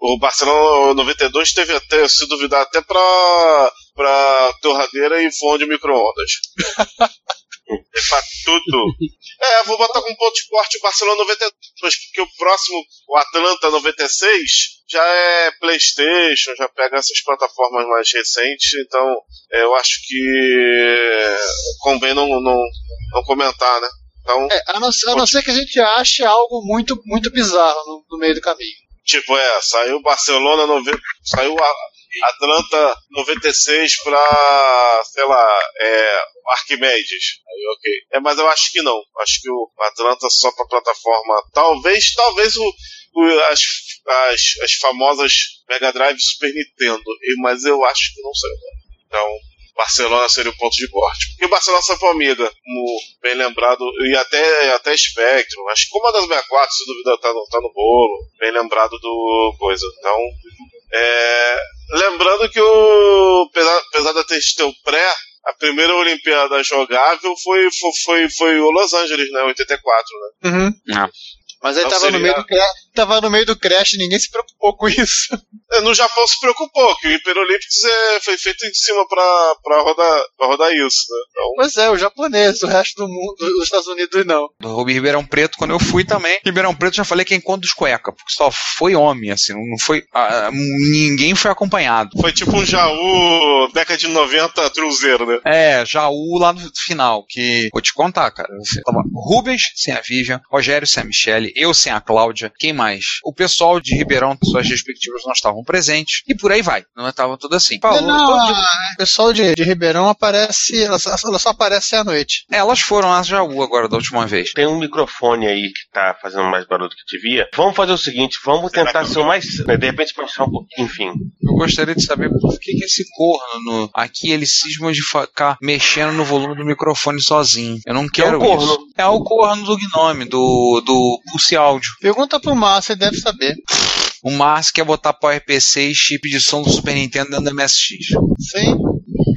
Speaker 6: O Barcelona 92 teve até, se duvidar, até pra, pra torradeira e fone de micro-ondas. é pra tudo. É, vou botar com ponto de corte o Barcelona 92, porque o próximo, o Atlanta 96, já é PlayStation, já pega essas plataformas mais recentes, então é, eu acho que convém não, não, não comentar, né? Então,
Speaker 11: É, a não, ser- a não ser que a gente ache algo muito, muito bizarro no, no meio do caminho.
Speaker 6: Tipo, é, saiu Barcelona, 90, saiu a- Atlanta 96 pra, sei lá, é, Arquimedes. Aí, ok. É, mas eu acho que não. Acho que o Atlanta só pra plataforma. Talvez, talvez o, o- as, as, as famosas Mega Drive Super Nintendo. E- Mas eu acho que não sei. Então, Barcelona seria o ponto de corte. Porque o Barcelona saiu pra Amiga, como bem lembrado, e até, até Spectrum. Acho que como a das 64, se dúvida, tá no, tá no bolo. Bem lembrado do coisa. Então, é, lembrando que o apesar, apesar de ter sido o pré, a primeira Olimpíada jogável foi foi foi, foi o Los Angeles, né, 84, né?
Speaker 11: Uhum. Mas aí
Speaker 6: Não
Speaker 11: tava,
Speaker 6: seria-
Speaker 11: no meio do cra- tava no meio do crash, ninguém se preocupou com isso.
Speaker 6: É, No Japão se preocupou que o Hiperolímpicos é, foi feito em cima pra, pra, rodar, pra rodar isso, né? Então,
Speaker 11: Pois é, o japonês, o resto do mundo, os Estados Unidos não.
Speaker 4: Do Rubi Ribeirão Preto, quando eu fui também. Ribeirão Preto já falei que é encontro dos cueca, porque só foi homem, assim, não foi. ah, ninguém foi acompanhado.
Speaker 6: foi tipo um Jaú, década de 90, truzeiro, né?
Speaker 4: É, Jaú lá no final, que vou te contar, cara. Você tava Rubens sem a Vivian, Rogério sem a Michelle, eu sem a Cláudia, quem mais? O pessoal de Ribeirão, suas respectivas, não estavam presentes, e por aí vai. Não estavam tudo assim. Falou,
Speaker 11: não, ah.
Speaker 4: todo
Speaker 11: a-
Speaker 4: dia-
Speaker 11: o pessoal de, de Ribeirão aparece, ela só, ela só aparece à noite.
Speaker 4: Elas foram a Jaú agora da última vez.
Speaker 9: Tem um microfone aí que tá fazendo mais barulho do que devia. Vamos fazer o seguinte, vamos tentar ser o mais. De repente baixar um pouquinho, enfim.
Speaker 4: Eu gostaria de saber por que, que esse corno no- aqui ele cisma de ficar mexendo no volume do microfone sozinho. Eu não quero
Speaker 9: corno.
Speaker 4: isso. É o corno do Gnome, do, do Pulse Áudio.
Speaker 11: Pergunta pro Márcio, ele deve saber.
Speaker 4: O Márcio quer botar PowerPC e chip de som do Super Nintendo dentro do MSX.
Speaker 11: Sim.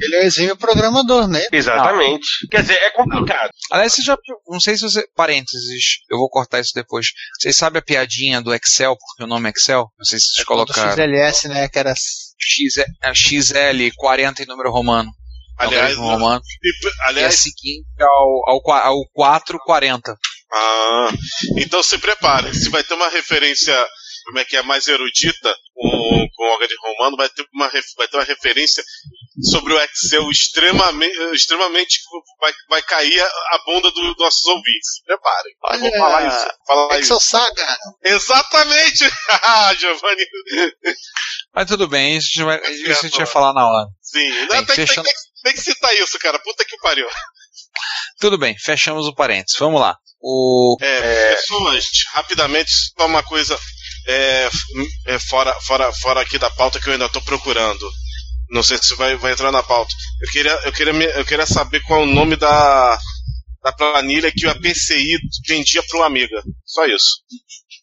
Speaker 11: Ele é o exímio programador, né?
Speaker 9: Exatamente. Quer dizer, é complicado.
Speaker 4: Aliás, você já. Não sei se você. Parênteses, eu vou cortar isso depois. Vocês sabem a piadinha do Excel, porque o nome é Excel? Não sei se vocês
Speaker 11: Do
Speaker 4: colocaram.
Speaker 11: XLS, né? Que era.
Speaker 4: X, é, XL 40 em número romano.
Speaker 6: Aliás,
Speaker 4: Algarismo romano.
Speaker 6: E,
Speaker 4: E é
Speaker 6: aliás,
Speaker 4: seguinte ao, ao, qua- ao 440.
Speaker 6: Ah, então se prepare, se vai ter uma referência, como é que é, mais erudita com, com o Olga de Romano, vai ter, uma, ref- vai ter uma referência sobre o Excel extremamente, extremamente vai, vai cair a, a bunda dos nossos ouvintes. Se preparem. Eu vou falar isso.
Speaker 5: é
Speaker 6: Falar
Speaker 11: Excel
Speaker 6: isso.
Speaker 5: né?
Speaker 11: Saga.
Speaker 6: Exatamente! Ah, Giovanni.
Speaker 4: Mas tudo bem, isso a gente vai- isso a gente vai
Speaker 6: Criador.
Speaker 4: falar na hora.
Speaker 6: Sim, Não,
Speaker 4: Bem,
Speaker 6: tem, que- tem que-
Speaker 4: fechando-
Speaker 6: tem que citar isso, cara. Puta que pariu.
Speaker 4: Tudo bem, fechamos o parênteses. Vamos lá. O.
Speaker 6: É, Pessoas, rapidamente, só uma coisa é, f- é, fora, fora, fora aqui da pauta que eu ainda estou procurando. Não sei se vai, vai entrar na pauta. Eu queria, eu, queria, me- eu queria saber qual é o nome da, da planilha que a PCI vendia para uma amiga. Só isso.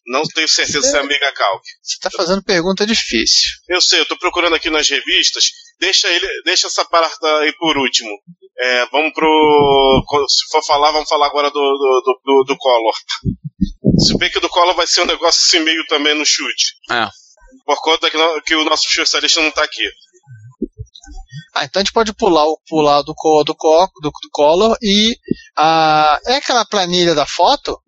Speaker 6: Não tenho certeza se é amiga Calc.
Speaker 11: Você tá fazendo pergunta difícil.
Speaker 6: Eu sei, eu tô procurando aqui nas revistas. Deixa, ele, deixa essa parte aí por último. É, vamos pro. Se for falar, vamos falar agora do, do, do- do, do Collor. Se bem que do Collor vai ser um negócio assim meio também no chute.
Speaker 4: É.
Speaker 6: Por conta que, no- que o nosso especialista não tá aqui.
Speaker 11: Ah, então a gente pode pular o pular do co, do, co, do, do Collor e. Ah, é aquela planilha da foto?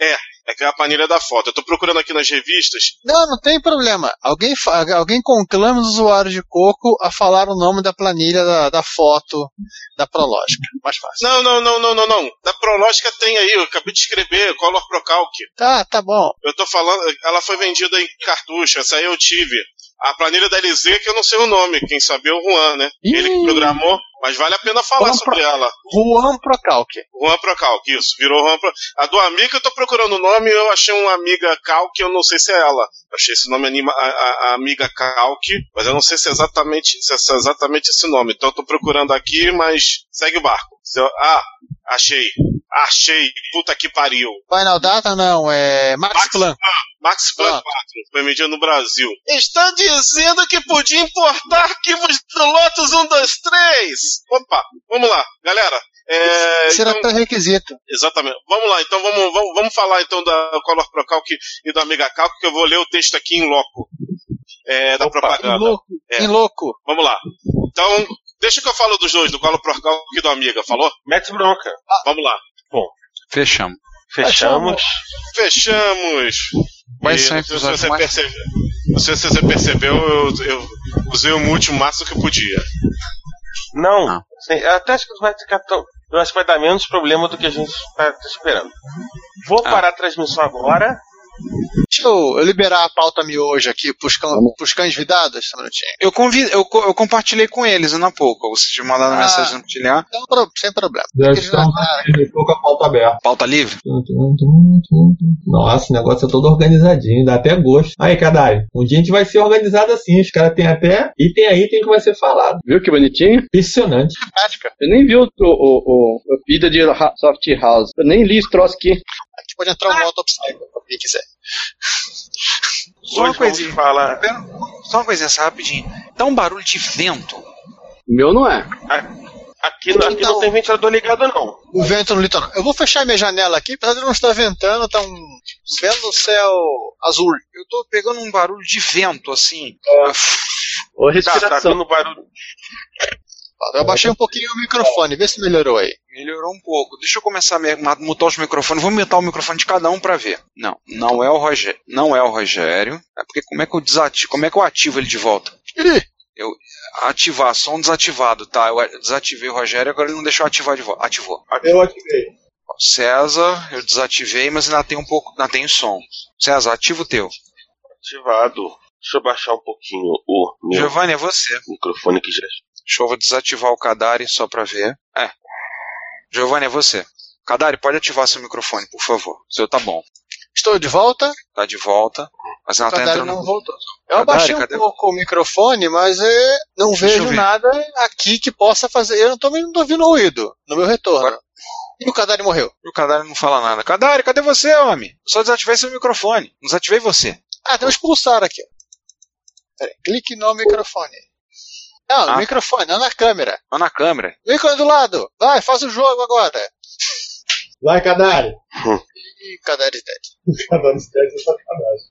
Speaker 6: É, é que é a planilha da foto. Eu tô procurando aqui nas revistas.
Speaker 11: Não, não tem problema. Alguém, fa- alguém conclama os usuários de coco a falar o nome da planilha da, da foto da Prológica. Mais fácil.
Speaker 6: Não, não, não, não, não, não. Da Prológica tem aí, eu acabei de escrever, Collor Procalc.
Speaker 11: Tá, tá bom.
Speaker 6: Eu tô falando, ela foi vendida em cartucho, essa aí eu tive. A planilha da LZ, que eu não sei o nome, quem sabe é o Juan, né? Ele que programou, mas vale a pena falar
Speaker 11: Juan
Speaker 6: sobre ela.
Speaker 11: Juan Procalque.
Speaker 6: Juan Procalc, isso, virou Juan Pro... A do Amiga, eu tô procurando o nome, eu achei uma Amiga Calc, eu não sei se é ela. Achei esse nome anima, a, a- a Amiga Calc, mas eu não sei se é, exatamente, se é exatamente esse nome. Então eu tô procurando aqui, mas segue o barco. Se eu- Ah, achei. Achei. Puta que pariu.
Speaker 11: Final Data não, é Max, Planck.
Speaker 6: Max Planck 4 foi medido no Brasil. Está dizendo que podia importar arquivos do Lotus 1, 2, 3. Opa, vamos lá, galera. É,
Speaker 11: Será
Speaker 6: então-
Speaker 11: pré-requisito.
Speaker 6: Exatamente. Vamos lá, então vamos, vamos, vamos falar então da Color Procalc e da Mega Calc, que eu vou ler o texto aqui em loco. É, da propaganda.
Speaker 11: Em louco.
Speaker 6: É.
Speaker 11: Em louco.
Speaker 6: Vamos lá. Então, deixa que eu falo dos dois, do Color Procalc e do Amiga, falou?
Speaker 9: Mete bronca.
Speaker 11: Ah.
Speaker 6: Vamos lá.
Speaker 4: Fechamos.
Speaker 9: Fechamos.
Speaker 6: Fechamos.
Speaker 4: Vai
Speaker 6: E
Speaker 4: ser um
Speaker 6: não sei se
Speaker 4: episódio
Speaker 6: você
Speaker 4: mais-
Speaker 6: percebe- não sei se você percebeu, eu, eu usei o mute o máximo que eu podia.
Speaker 9: Não. Sim, eu até acho que vai ficar tão. Eu acho que vai dar menos problema do que a gente tá esperando. Vou parar a transmissão agora.
Speaker 5: Deixa eu, eu liberar a pauta miojo aqui pros, cão, pros cães vidados, só um minutinho.
Speaker 4: Eu, convi- eu, co- eu compartilhei com eles ainda há pouco. Vocês me mandaram
Speaker 5: Ah.
Speaker 4: mensagem compartilhar.
Speaker 5: Então, pro- sem problema.
Speaker 9: Já estão tô com a pauta aberta.
Speaker 4: Pauta livre?
Speaker 9: Nossa, o negócio é todo organizadinho, dá até gosto. Aí, Kadai, um dia a gente vai ser organizado assim. Os caras têm até item a item que vai ser falado.
Speaker 11: Viu que bonitinho?
Speaker 9: Impressionante.
Speaker 11: Eu nem vi o, o, o, o Vida de ha Soft House. Eu nem li esse troço aqui.
Speaker 5: Aqui pode entrar um outro obstáculo, quem quiser.
Speaker 4: Só uma coisinha. Pera, Só uma coisinha só rapidinho. Dá um barulho de vento.
Speaker 11: Meu não é.
Speaker 12: Aqui, não- aqui não tem ventilador ligado, não.
Speaker 5: O vento no litoral. Eu vou fechar minha janela aqui, apesar de não estar ventando, tá um belo céu azul.
Speaker 4: Eu tô pegando um barulho de vento, assim.
Speaker 11: Ô,
Speaker 4: respiração.
Speaker 5: Tá, tá vindo
Speaker 12: barulho.
Speaker 5: Eu abaixei um pouquinho o microfone, vê se melhorou aí.
Speaker 4: Melhorou um pouco. Deixa eu começar a me- mutar os microfones. Vou mutar o microfone de cada um pra ver. Não, não é o Rogério. Não é o Rogério. É porque como é que eu desativo? Como é que eu ativo ele de volta? Eu ativar, som desativado, tá? Eu a- desativei o Rogério, agora ele não deixou eu ativar de volta. Ativou.
Speaker 9: Eu ativei.
Speaker 4: César, eu desativei, mas ainda tem um pouco, ainda tem som. César, ativa o teu.
Speaker 12: Ativado. Deixa eu baixar um pouquinho o meu
Speaker 4: Giovanni, é você.
Speaker 12: microfone que já.
Speaker 4: Deixa eu vou desativar o Kadari só pra ver. É. Giovanni, é você. Kadari, pode ativar seu microfone, por favor. O seu tá bom.
Speaker 5: Estou de volta?
Speaker 4: Tá de volta. Mas ela tá
Speaker 5: Cadê?
Speaker 4: entrando.
Speaker 5: não
Speaker 4: no-
Speaker 5: voltou. Eu
Speaker 4: Cadê?
Speaker 5: abaixei um
Speaker 4: Cadê?
Speaker 5: pouco o microfone, mas eh, não
Speaker 4: Deixa eu
Speaker 5: vejo
Speaker 4: ver.
Speaker 5: nada aqui que possa fazer. Eu não tô, não tô ouvindo ruído no meu retorno. E o Kadari morreu.
Speaker 4: E o Kadari não fala nada. Kadari, cadê você, homem? Eu só desativei seu microfone. Não desativei você.
Speaker 5: Ah, tem um expulsar aqui. Pera aí, clique no microfone. Não, no
Speaker 4: Ah.
Speaker 5: microfone, não na câmera.
Speaker 4: Lá na câmera.
Speaker 5: Microfone do lado. Vai, faz o jogo agora.
Speaker 9: Vai, Kadari.
Speaker 5: Ih, Kadari dead.
Speaker 9: Kadari, esquece essa sacanagem.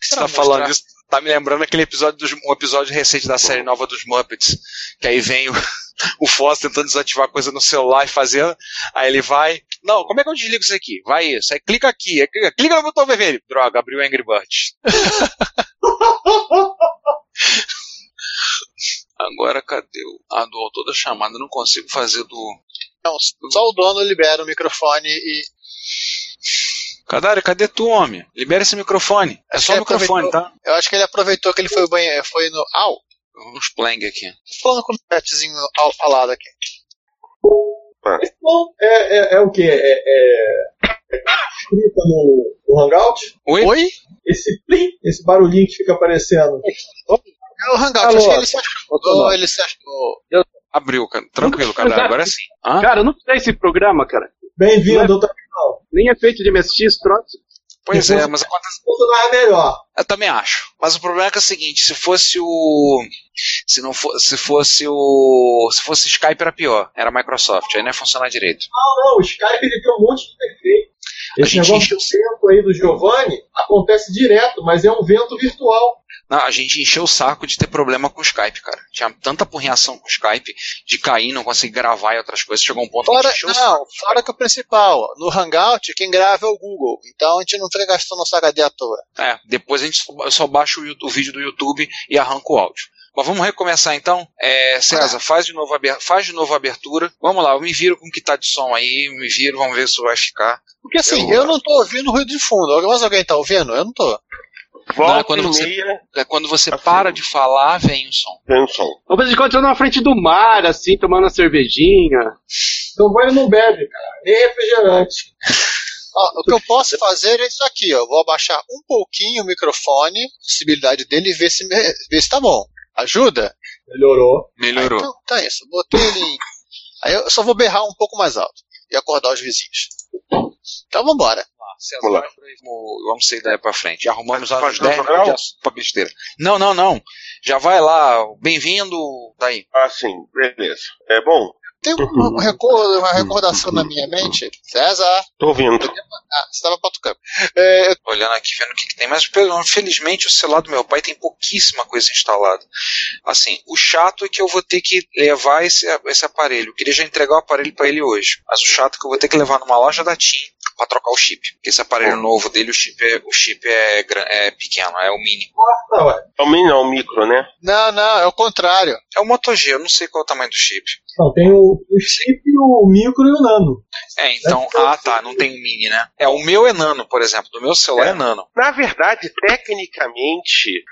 Speaker 4: Você tá falando disso. Tá me lembrando aquele episódio dos, um episódio recente da série nova dos Muppets. Que aí vem o, o Foz tentando desativar coisa no celular e fazendo. Aí ele vai. Não, como é que eu desligo isso aqui? Vai isso. Aí clica aqui. Aí clica, clica no botão vermelho. Droga, abriu o Angry Bird. Agora cadê o. Ah, do autor da chamada, eu não consigo fazer do.
Speaker 5: Não, só o dono libera o microfone e.
Speaker 4: Cadário, cadê tu, homem? Libera esse microfone. É só o
Speaker 5: ele
Speaker 4: microfone,
Speaker 5: aproveitou-
Speaker 4: tá?
Speaker 5: Eu acho que ele aproveitou que ele foi, ao banhe- foi no. Au!
Speaker 4: Uns plang um aqui.
Speaker 5: Tô falando com o petzinho ao falado aqui.
Speaker 9: Bom, é, é, é o quê? É, é... é escrita no, no Hangout?
Speaker 4: Oi?
Speaker 9: Esse plim, esse barulhinho que fica aparecendo.
Speaker 5: É o Hangout,
Speaker 9: Alô?
Speaker 5: acho que ele se achou.
Speaker 9: Ô,
Speaker 5: Ele se achou.
Speaker 4: Abriu, cara. Tranquilo, Cadário, agora sim. Ah, Hã?
Speaker 11: Cara, eu não sei esse programa, cara. é
Speaker 9: Bem-vindo, doutor.
Speaker 11: Nem é feito de MSX, esse troço.
Speaker 4: Pois é, mas acontece.
Speaker 9: Bolsonaro é melhor.
Speaker 4: Eu também acho. Mas o problema é que é o seguinte, se fosse o. Se não fosse. Se fosse o. Se fosse Skype era pior. Era Microsoft. Aí não ia funcionar direito.
Speaker 9: Não, não, o Skype ele tem um monte de defeito. Esse
Speaker 4: gente
Speaker 9: negócio do vento aí do Giovanni acontece direto, mas é um vento virtual.
Speaker 4: Não, a gente encheu o saco de ter problema com o Skype, cara. Tinha tanta porreação com o Skype de cair, não conseguir gravar e outras coisas. Chegou um ponto que a
Speaker 5: Fora, Ah,
Speaker 4: gente encheu o saco.
Speaker 5: não, fora que o principal, no Hangout, quem grava é o Google. Então a gente não fica gastando nosso HD à toa.
Speaker 4: É, depois a gente só- eu só baixo o, Yu- o vídeo do YouTube e arranco o áudio. Mas vamos recomeçar então. É, César, faz de, novo a aber- faz de novo a abertura. Vamos lá, eu me viro com o que tá de som aí, eu me viro, vamos ver se vai ficar.
Speaker 5: Porque
Speaker 9: É
Speaker 5: assim, eu, não tô ouvindo ruído de fundo. Algu- Mas alguém tá ouvindo? Eu não tô.
Speaker 4: Não, é quando você, é quando você para de falar, vem o som.
Speaker 9: um
Speaker 12: Vem o som.
Speaker 11: Ou de quando eu tô na frente do mar, assim, tomando uma cervejinha.
Speaker 9: Giovanni não bebe, cara. Nem refrigerante.
Speaker 5: Ó, o que eu posso fazer é isso aqui, ó. Eu Vou abaixar um pouquinho o microfone, a possibilidade dele e ver se, me- ver se tá bom. Ajuda?
Speaker 9: Melhorou.
Speaker 4: Melhorou.
Speaker 5: Então tá isso. Botei ele em. Aí eu só vou berrar um pouco mais alto e acordar os vizinhos. Então vambora.
Speaker 4: César,
Speaker 5: Vamos lá.
Speaker 4: vai pra aí, vamos- vamos sair daí pra frente. Arrumamos
Speaker 5: Faz
Speaker 4: as
Speaker 5: não
Speaker 4: 10
Speaker 5: programa?
Speaker 4: minutos de assunto pra besteira. Não, não, não. Já vai lá, bem-vindo, tá daí.
Speaker 12: Ah, sim, beleza. É bom?
Speaker 5: Tem um, um recordo, uma recordação na minha mente. César!
Speaker 12: Tô ouvindo.
Speaker 5: Ah, você tava batucando. É, eu-
Speaker 4: Olhando aqui, vendo o que, que tem, mas pelo- infelizmente o celular do meu pai tem pouquíssima coisa instalada. Assim, o chato é que eu vou ter que levar esse, esse aparelho. Eu queria já entregar o aparelho pra ele hoje, mas o chato é que eu vou ter que levar numa loja da TIM para trocar o chip. Porque esse aparelho novo dele, o chip é, o chip é, gran- é pequeno, é o mini.
Speaker 9: É o mini, não, é o micro, né?
Speaker 5: Não, não, é o contrário.
Speaker 4: É o Moto G, eu não sei qual é o tamanho do chip.
Speaker 13: Não, tem o, o chip, o micro e o nano.
Speaker 4: É, então, ah tá, não tem o mini, né? É, o meu é nano, por exemplo, do meu celular é, nano.
Speaker 9: Na verdade, tecnicamente,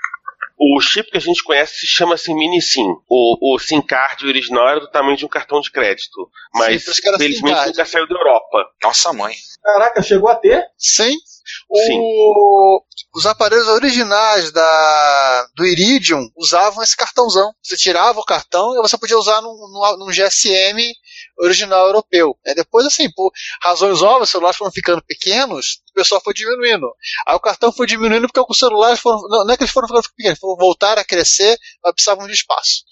Speaker 9: o chip que a gente conhece se chama assim mini SIM. O, o SIM card original era do tamanho de um cartão de crédito. Mas,
Speaker 13: Sim, os caras SIM
Speaker 9: felizmente,
Speaker 13: card.
Speaker 9: nunca saiu da Europa.
Speaker 4: Nossa mãe.
Speaker 13: Caraca, chegou a ter?
Speaker 5: Sim. O- Os aparelhos originais da, do Iridium usavam esse cartãozão. Você tirava o cartão e você podia usar num, num- num GSM original europeu. Aí depois, assim, por razões óbvias, os celulares foram ficando pequenos, o pessoal foi diminuindo. Aí o cartão foi diminuindo porque os celulares foram. Não, não é que eles foram ficando pequenos, foram voltar a crescer, mas precisavam de espaço.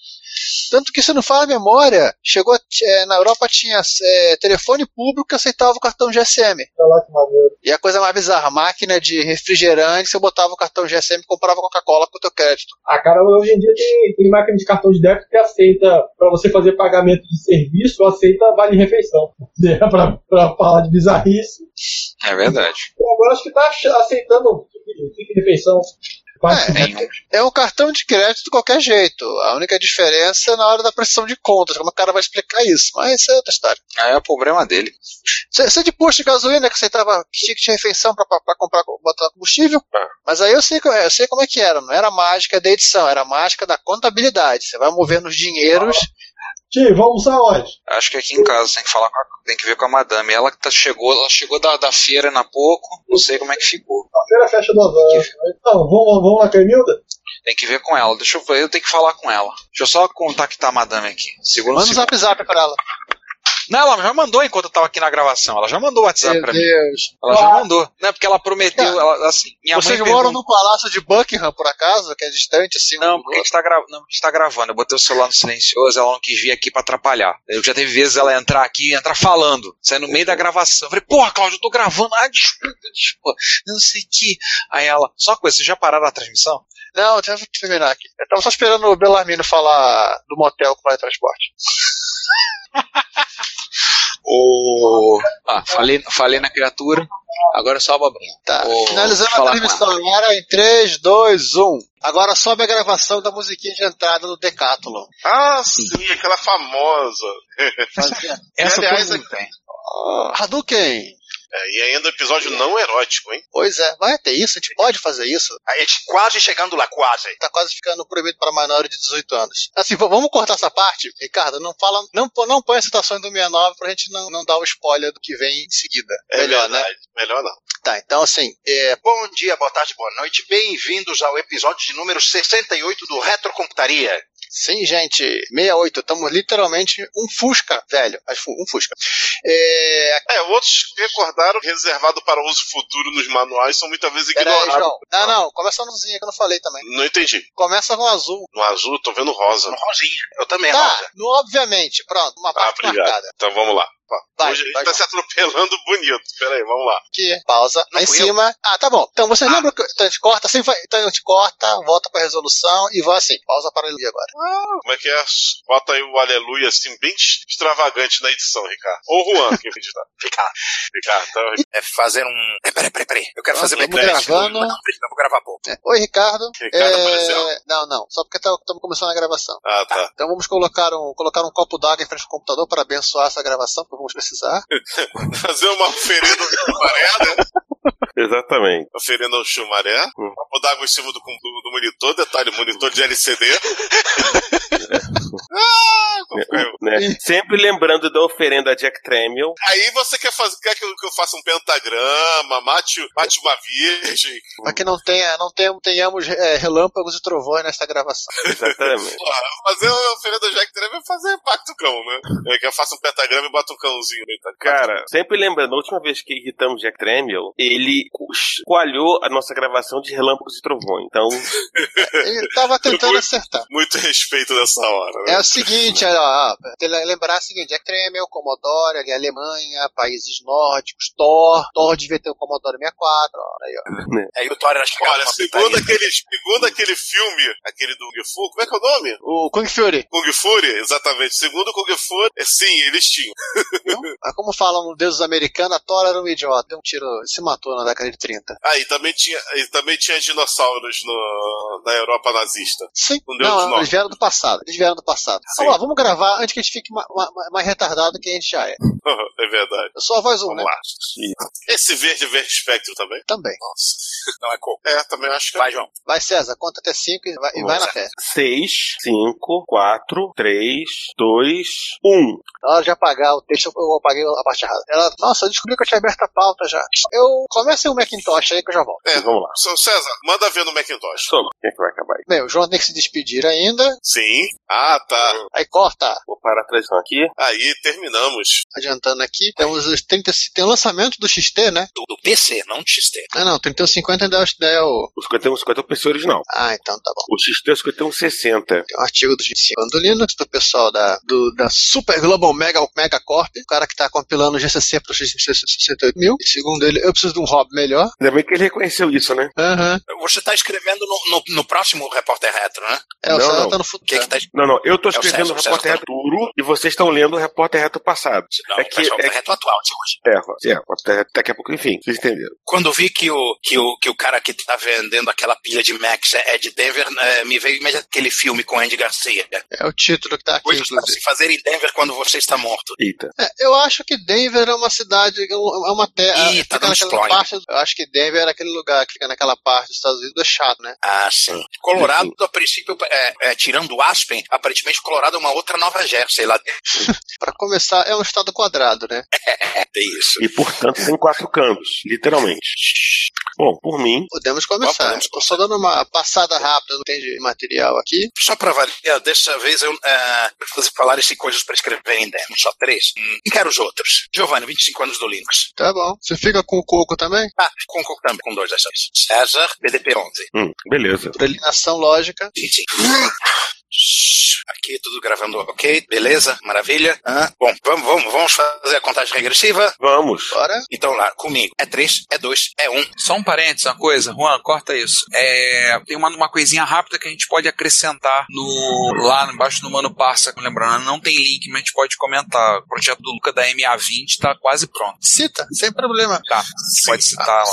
Speaker 5: Tanto que, se não fala a memória, chegou a ti- eh, na Europa tinha eh, telefone público que aceitava o cartão GSM. E a coisa mais bizarra, máquina de refrigerante, você botava o cartão GSM e comprava Coca-Cola com o teu crédito.
Speaker 13: Ah, cara, hoje em dia tem, tem máquina de cartão de débito que aceita, pra você fazer pagamento de serviço, aceita vale-refeição. É, pra, pra falar de bizarrice.
Speaker 4: É verdade.
Speaker 13: E agora acho que tá ach- aceitando tipo, tipo de refeição. Mas-
Speaker 5: É um cartão de crédito de qualquer jeito. A única diferença é na hora da prestação de contas, como o cara vai explicar isso. Mas isso é outra história.
Speaker 4: Aí é o problema dele.
Speaker 5: Você você de posto de gasolina que aceitava ticket de refeição pra, pra- pra comprar, botar combustível?
Speaker 4: Ah.
Speaker 5: Mas aí eu sei, co- eu sei como é que era. Não era mágica da edição, era mágica da contabilidade. Você vai movendo os dinheiros.
Speaker 4: Ah,
Speaker 13: Tio, vamos aonde?
Speaker 4: Acho que aqui em casa tem que falar com a, tem que ver com a madame. Ela que tá, chegou, ela chegou da, da feira na pouco, não sei como é que ficou.
Speaker 13: A feira fecha duas horas. Então, vamos, vamos lá, Canilda?
Speaker 4: Tem que ver com ela. Deixa eu eu tenho que falar com ela. Deixa eu só contactar a madame aqui. Segura um
Speaker 5: Manda o
Speaker 4: segundo.
Speaker 5: zap zap pra ela.
Speaker 4: Não, ela já mandou enquanto eu tava aqui na gravação. Ela já mandou o WhatsApp
Speaker 5: Meu
Speaker 4: pra
Speaker 5: Deus.
Speaker 4: mim. Ela já mandou. Não é porque ela prometeu, ela, assim, minha
Speaker 5: Vocês
Speaker 4: mãe
Speaker 5: moram
Speaker 4: perguntou.
Speaker 5: no palácio de Buckingham, por acaso, que é distante assim?
Speaker 4: Não, porque a gente, tá gra- não, a gente tá gravando. Eu botei o celular no silencioso, ela não quis vir aqui pra atrapalhar. Eu já teve vezes ela entrar aqui e entrar falando. Sai no meio da gravação. Eu falei, porra, Cláudio, eu tô gravando. Ah, desculpa, desculpa. Não sei o que. Aí ela, só uma coisa, vocês já pararam a transmissão?
Speaker 5: Não, deixa eu terminar aqui. Eu tava só esperando o Belarmino falar do motel com o transporte.
Speaker 4: Ô. Ah, falei, falei na criatura. Agora é só a babinha.
Speaker 5: Tá.
Speaker 4: Finalizando
Speaker 5: Finalizamos a transmissão agora em 3, 2, 1. Agora sobe a gravação da musiquinha de entrada do Decathlon.
Speaker 6: Ah, sim, aquela famosa.
Speaker 5: Essa
Speaker 6: e, aliás,
Speaker 5: todo mundo
Speaker 6: é-
Speaker 5: Ah, Hadouken!
Speaker 6: é, e ainda episódio não erótico, hein?
Speaker 5: Pois é, vai ter isso, a gente pode fazer isso.
Speaker 11: A gente quase chegando lá, quase.
Speaker 5: Tá quase ficando proibido para maiores de 18 anos. Assim, v- vamos cortar essa parte? Ricardo, não fala, não, pô- não põe as citações do 69 pra gente não, não dar o spoiler do que vem em seguida.
Speaker 6: É
Speaker 5: Melhor, né?
Speaker 6: verdade, Melhor não.
Speaker 5: Tá, então assim, é,
Speaker 11: Bom dia, boa tarde, boa noite. Bem-vindos ao episódio de número 68 do Retrocomputaria.
Speaker 5: Sim, gente, 68, estamos literalmente um Fusca, velho, mas fu- um Fusca. É,
Speaker 6: É, outros recordaram que reservado para uso futuro nos manuais são muitas vezes
Speaker 5: peraí,
Speaker 6: ignorados.
Speaker 5: João. Não, não, começa nozinha que eu não falei também.
Speaker 6: Não entendi.
Speaker 5: Começa com azul.
Speaker 6: No azul, eu tô vendo rosa.
Speaker 11: Rosinha. Eu também,
Speaker 5: tá,
Speaker 6: rosa.
Speaker 5: no- obviamente, pronto, uma
Speaker 6: Ah,
Speaker 5: parte
Speaker 6: obrigado.
Speaker 5: marcada.
Speaker 6: Então vamos lá. Ó,
Speaker 5: Vai,
Speaker 6: Hoje a gente
Speaker 5: vai,
Speaker 6: tá se atropelando bonito. Pera aí, vamos lá.
Speaker 5: Aqui, pausa, lá em
Speaker 6: fui eu.
Speaker 5: cima. Ah, tá bom. Então você lembra que então, a gente corta, assim vai, então a gente corta, volta pra resolução e vai assim. Pausa para ele agora.
Speaker 6: Como é que é? Bota aí o aleluia assim, bem extravagante na edição, Ricardo. Ou Juan, que editar.
Speaker 11: Ricardo.
Speaker 6: Ricardo, então.
Speaker 11: É fazer um. É, peraí, peraí, peraí. Eu quero
Speaker 5: Não,
Speaker 11: fazer
Speaker 5: tamo
Speaker 11: Blade Teste.
Speaker 5: gravando. É.
Speaker 11: Não, Blade não, vou gravar pouco.
Speaker 5: Oi, Ricardo. É,
Speaker 11: Ricardo apareceu.
Speaker 5: Não, não, só porque estamos começando a gravação.
Speaker 6: Ah, tá.
Speaker 5: Então vamos colocar um, colocar um copo d'água em frente ao computador para abençoar essa gravação, porque vamos precisar.
Speaker 6: Fazer uma oferenda ao chumaré, né?
Speaker 9: Exatamente.
Speaker 6: Oferenda ao chumaré.
Speaker 9: Hum.
Speaker 6: Copo d'água em cima do, do- do monitor, detalhe, monitor de LCD.
Speaker 9: Né? Sempre lembrando da oferenda a Jack Tramiel.
Speaker 6: Aí você quer, fazer, quer que eu que eu faça um pentagrama, mate, mate uma virgem.
Speaker 5: Para que não tenha, não tenha, tenhamos é, relâmpagos e trovões nesta gravação.
Speaker 9: Exatamente.
Speaker 6: Porra, fazer uma oferenda Jack Trevor é fazer pacto cão, né? É que eu faço um pentagrama e boto um cãozinho. no meio, tá?
Speaker 9: Cara, sempre lembrando, a última vez que irritamos Jack Tramiel, ele coalhou a nossa gravação de Relâmpagos e Trovões. Então,
Speaker 5: Ele estava tentando acertar.
Speaker 6: Muito respeito nessa hora, né?
Speaker 11: É,
Speaker 5: É o seguinte, olha, ó,
Speaker 11: lembrar o seguinte: é Kremel, Commodore, ali Alemanha, países nórdicos, Thor. Thor devia ter o Commodore 64. Ó, aí,
Speaker 3: ó. Aí o Thor era
Speaker 6: Olha, segundo aquele, segundo aquele filme, aquele do Kung Fu, como é que é o nome?
Speaker 11: O Kung Fury.
Speaker 6: Kung Fury, exatamente. Segundo o Kung Fury, é, sim, eles tinham.
Speaker 11: Mas É como falam deuses americanos, a Thor era um idiota. Deu um tiro, se matou na década de 30.
Speaker 6: Ah, e também tinha, e também tinha dinossauros no, na Europa nazista.
Speaker 11: Sim. Um deus Não, eles vieram do passado. Eles vieram do passado.
Speaker 6: Sim.
Speaker 11: Vamos lá, vamos gravar antes que a gente fique ma- ma- ma- mais retardado que a gente já é.
Speaker 6: é verdade.
Speaker 11: Eu sou a voz um,
Speaker 6: Vamos
Speaker 11: né?
Speaker 6: lá. Esse verde verde espectro também?
Speaker 11: Também.
Speaker 6: Nossa. Não é coco. É, também acho que Vai, João.
Speaker 11: Vai, César, conta até 5 e vai, e vai na fé.
Speaker 9: 6, 5, 4, 3, 2, 1.
Speaker 11: Na hora de apagar o texto, eu apaguei a parte errada. Ela, nossa, eu descobri que eu tinha aberto a pauta já. Eu comecei o Macintosh aí que eu já volto.
Speaker 6: É,
Speaker 9: vamos lá.
Speaker 6: Seu César, manda ver no Macintosh.
Speaker 9: Soma. Quem é que vai acabar aí?
Speaker 11: Bem, o João tem que se despedir ainda.
Speaker 6: Sim. Ah, tá.
Speaker 11: Aí corta.
Speaker 9: Vou parar a transmissão aqui.
Speaker 6: Aí, terminamos.
Speaker 11: Adiantando aqui, temos os 30, tem o lançamento do XT, né?
Speaker 3: do, do PC, não do XT.
Speaker 11: Ah, não, 3150 ainda é o- ainda é o.
Speaker 9: O 5150 é o PC original.
Speaker 11: Ah, então tá bom.
Speaker 9: O XT é o 5160.
Speaker 11: Tem um artigo do G5 do Linux, do pessoal da, do- da Super Global Mega, Mega Corp, o cara que tá compilando o GCC pro G68000. mil. E segundo ele, eu preciso de um hobby melhor.
Speaker 9: Ainda bem que ele reconheceu isso, né?
Speaker 11: Aham.
Speaker 3: Você tá escrevendo no, no- no próximo Repórter Retro, né?
Speaker 11: É, o
Speaker 9: Não,
Speaker 11: César
Speaker 9: não.
Speaker 11: tá no futuro.
Speaker 3: Quem que tá
Speaker 9: Não, não, eu tô
Speaker 3: É o
Speaker 9: escrevendo
Speaker 3: César,
Speaker 9: o
Speaker 3: o César
Speaker 9: repórter
Speaker 3: tá-
Speaker 9: reto duro e vocês estão lendo o repórter reto passado.
Speaker 3: Não,
Speaker 9: é que.
Speaker 3: mas é o
Speaker 9: É,
Speaker 3: Repórter atual de hoje.
Speaker 9: é, é, repórter reto, daqui a pouco, enfim, vocês entenderam.
Speaker 3: Quando eu vi que o, que, o, que o cara que tá vendendo aquela pilha de Max é é de Denver, né, me veio imediatamente aquele filme com Andy Garcia.
Speaker 11: É o título que tá aqui,
Speaker 3: Coisas para
Speaker 11: inclusive.
Speaker 3: se fazer em Denver quando você está morto.
Speaker 9: Eita.
Speaker 11: É, eu acho que Denver é uma cidade, é um- é uma terra.
Speaker 3: Ih, tá
Speaker 11: fica
Speaker 3: dando
Speaker 11: naquela
Speaker 3: spoiler.
Speaker 11: parte, eu acho que Denver era aquele lugar que fica naquela parte dos Estados Unidos, é chato, né?
Speaker 3: Ah, sim. Colorado, a princípio, é, é, tirando Aspen, aparentemente Colorado é uma outra Nova Jersey lá dentro.
Speaker 11: Pra começar, é um estado quadrado, né?
Speaker 3: É, tem isso.
Speaker 9: E, portanto, tem quatro cantos, literalmente. Bom, por mim,
Speaker 11: Podemos começar. Estou só dando uma passada rápida, não tem de material aqui.
Speaker 3: Só para variar, dessa vez eu é, preciso falar essas coisas para escrever em Denver, só três. Hum, E quero os outros. Giovanni, 25 anos do Linux.
Speaker 11: Tá bom. Você fica com o coco também?
Speaker 3: Ah, com também, com dois dessa vez. César, BDP 11.
Speaker 9: hum, beleza.
Speaker 11: Ação lógica.
Speaker 3: Sim, sim. Aqui tudo gravando ok, beleza, maravilha. Ah, bom, vamos, vamos, vamos fazer a contagem regressiva.
Speaker 9: Vamos.
Speaker 11: Bora.
Speaker 3: Então lá, comigo. É 3, é 2, é 1.
Speaker 4: Só um parênteses, uma coisa, Juan, corta isso. É, tem uma, uma coisinha rápida que a gente pode acrescentar no lá embaixo no Mano Parça, lembrando, não tem link, mas a gente pode comentar. O projeto do Luca da MA20 está tá quase pronto.
Speaker 11: Cita, sem problema.
Speaker 4: Tá, pode citar lá.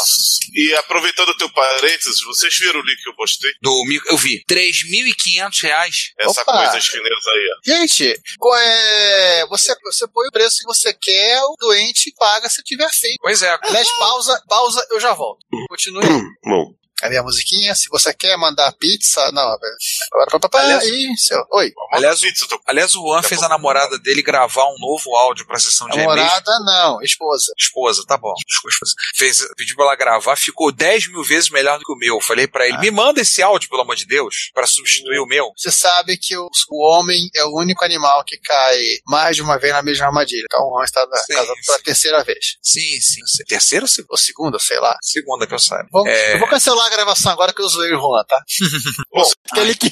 Speaker 6: E aproveitando o teu parênteses, vocês viram o link que eu postei?
Speaker 4: Do, mi- eu vi, 3.500 reais.
Speaker 6: Essa
Speaker 11: Opa!
Speaker 6: coisa chinesa aí, ó.
Speaker 11: Gente, co- é, você, você põe o preço que você quer, o doente paga se tiver feito.
Speaker 4: Pois é.
Speaker 11: Aliás, pausa, pausa, eu já volto. Continue.
Speaker 9: Bom,
Speaker 11: A minha musiquinha, se você quer mandar pizza. Não, velho. Agora, pá, pá, pá,
Speaker 4: Aliás-
Speaker 11: e seu- Oi.
Speaker 4: Aliás, o, aliás, o Juan fez a namorada dele gravar um novo áudio para a sessão de e-mail.
Speaker 11: Namorada, não, esposa.
Speaker 4: Esposa, tá bom. Desculpa, esposa. Fez, pediu pra ela gravar, ficou 10 mil vezes melhor do que o meu. Falei pra ele, me manda esse áudio, pelo amor de Deus, pra substituir o meu.
Speaker 11: Você sabe que o, o homem é o único animal que cai mais de uma vez na mesma armadilha. Então o homem está na-
Speaker 4: Sim,
Speaker 11: casado pela terceira vez.
Speaker 4: Sim, sim. eu sei. Terceira ou segunda?
Speaker 11: Ou segunda, sei lá.
Speaker 4: Segunda que eu saiba.
Speaker 11: Bom,
Speaker 4: É,
Speaker 11: Eu vou cancelar a gravação agora que eu zoei o Juan, tá? Bom, aquele que.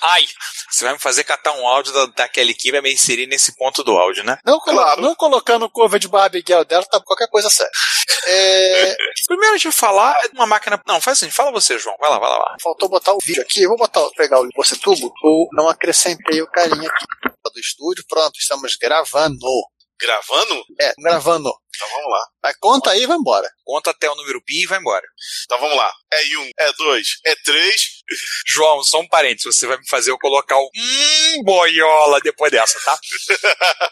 Speaker 4: Ai, você vai me fazer catar um áudio da, da Kelly Key, vai me inserir nesse ponto do áudio, né?
Speaker 11: Não, colo- não colocando cover de Barbiguel dela, tá qualquer coisa séria. É,
Speaker 4: Primeiro de falar é de uma máquina. Não, faz assim, fala você, João. Vai lá, vai lá, vai lá.
Speaker 11: faltou botar o vídeo aqui. Eu vou botar, pegar o você tubo. Ou não acrescentei o carinha aqui Tá do estúdio. Pronto, estamos gravando.
Speaker 6: Gravando?
Speaker 11: É, gravando.
Speaker 6: Então vamos lá.
Speaker 11: Mas conta aí e vambora.
Speaker 4: Conta até o número pi e vai embora.
Speaker 6: Então vamos lá. É 1, é 2, é 3.
Speaker 4: João, só um parênteses, você vai me fazer eu colocar o hum, boiola depois dessa, tá?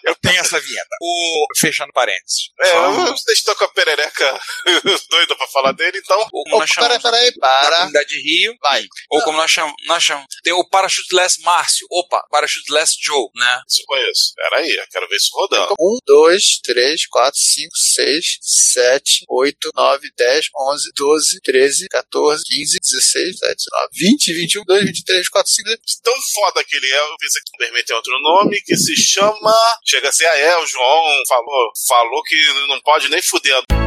Speaker 4: Eu tenho essa vinheta. O, fechando parênteses.
Speaker 6: É,
Speaker 4: Só- um.
Speaker 6: vocês estão com a perereca doida pra falar dele, então.
Speaker 4: Ou como nós
Speaker 11: Peraí,
Speaker 4: chamamos
Speaker 11: peraí,
Speaker 4: na
Speaker 11: para.
Speaker 4: comunidade de Rio.
Speaker 11: Vai.
Speaker 4: Ou como nós chamamos, nós chamamos. Tem o Parachuteless Márcio. Opa, Parachuteless Joe, né?
Speaker 6: Isso eu conheço. Peraí, eu quero ver isso
Speaker 4: É
Speaker 6: rodando.
Speaker 11: 1, 2, 3, 4, 5, 6, 7, 8, 9, 10, 11, 12, 13, 14, 15, 16, 17, 19, 20, 21, 22, 23, 24, 25.
Speaker 6: Tão foda que ele é, eu pensei que Superman tem outro nome, que se chama. Chega a ser, ah, é, o João falou, falou que não pode nem fuder. a-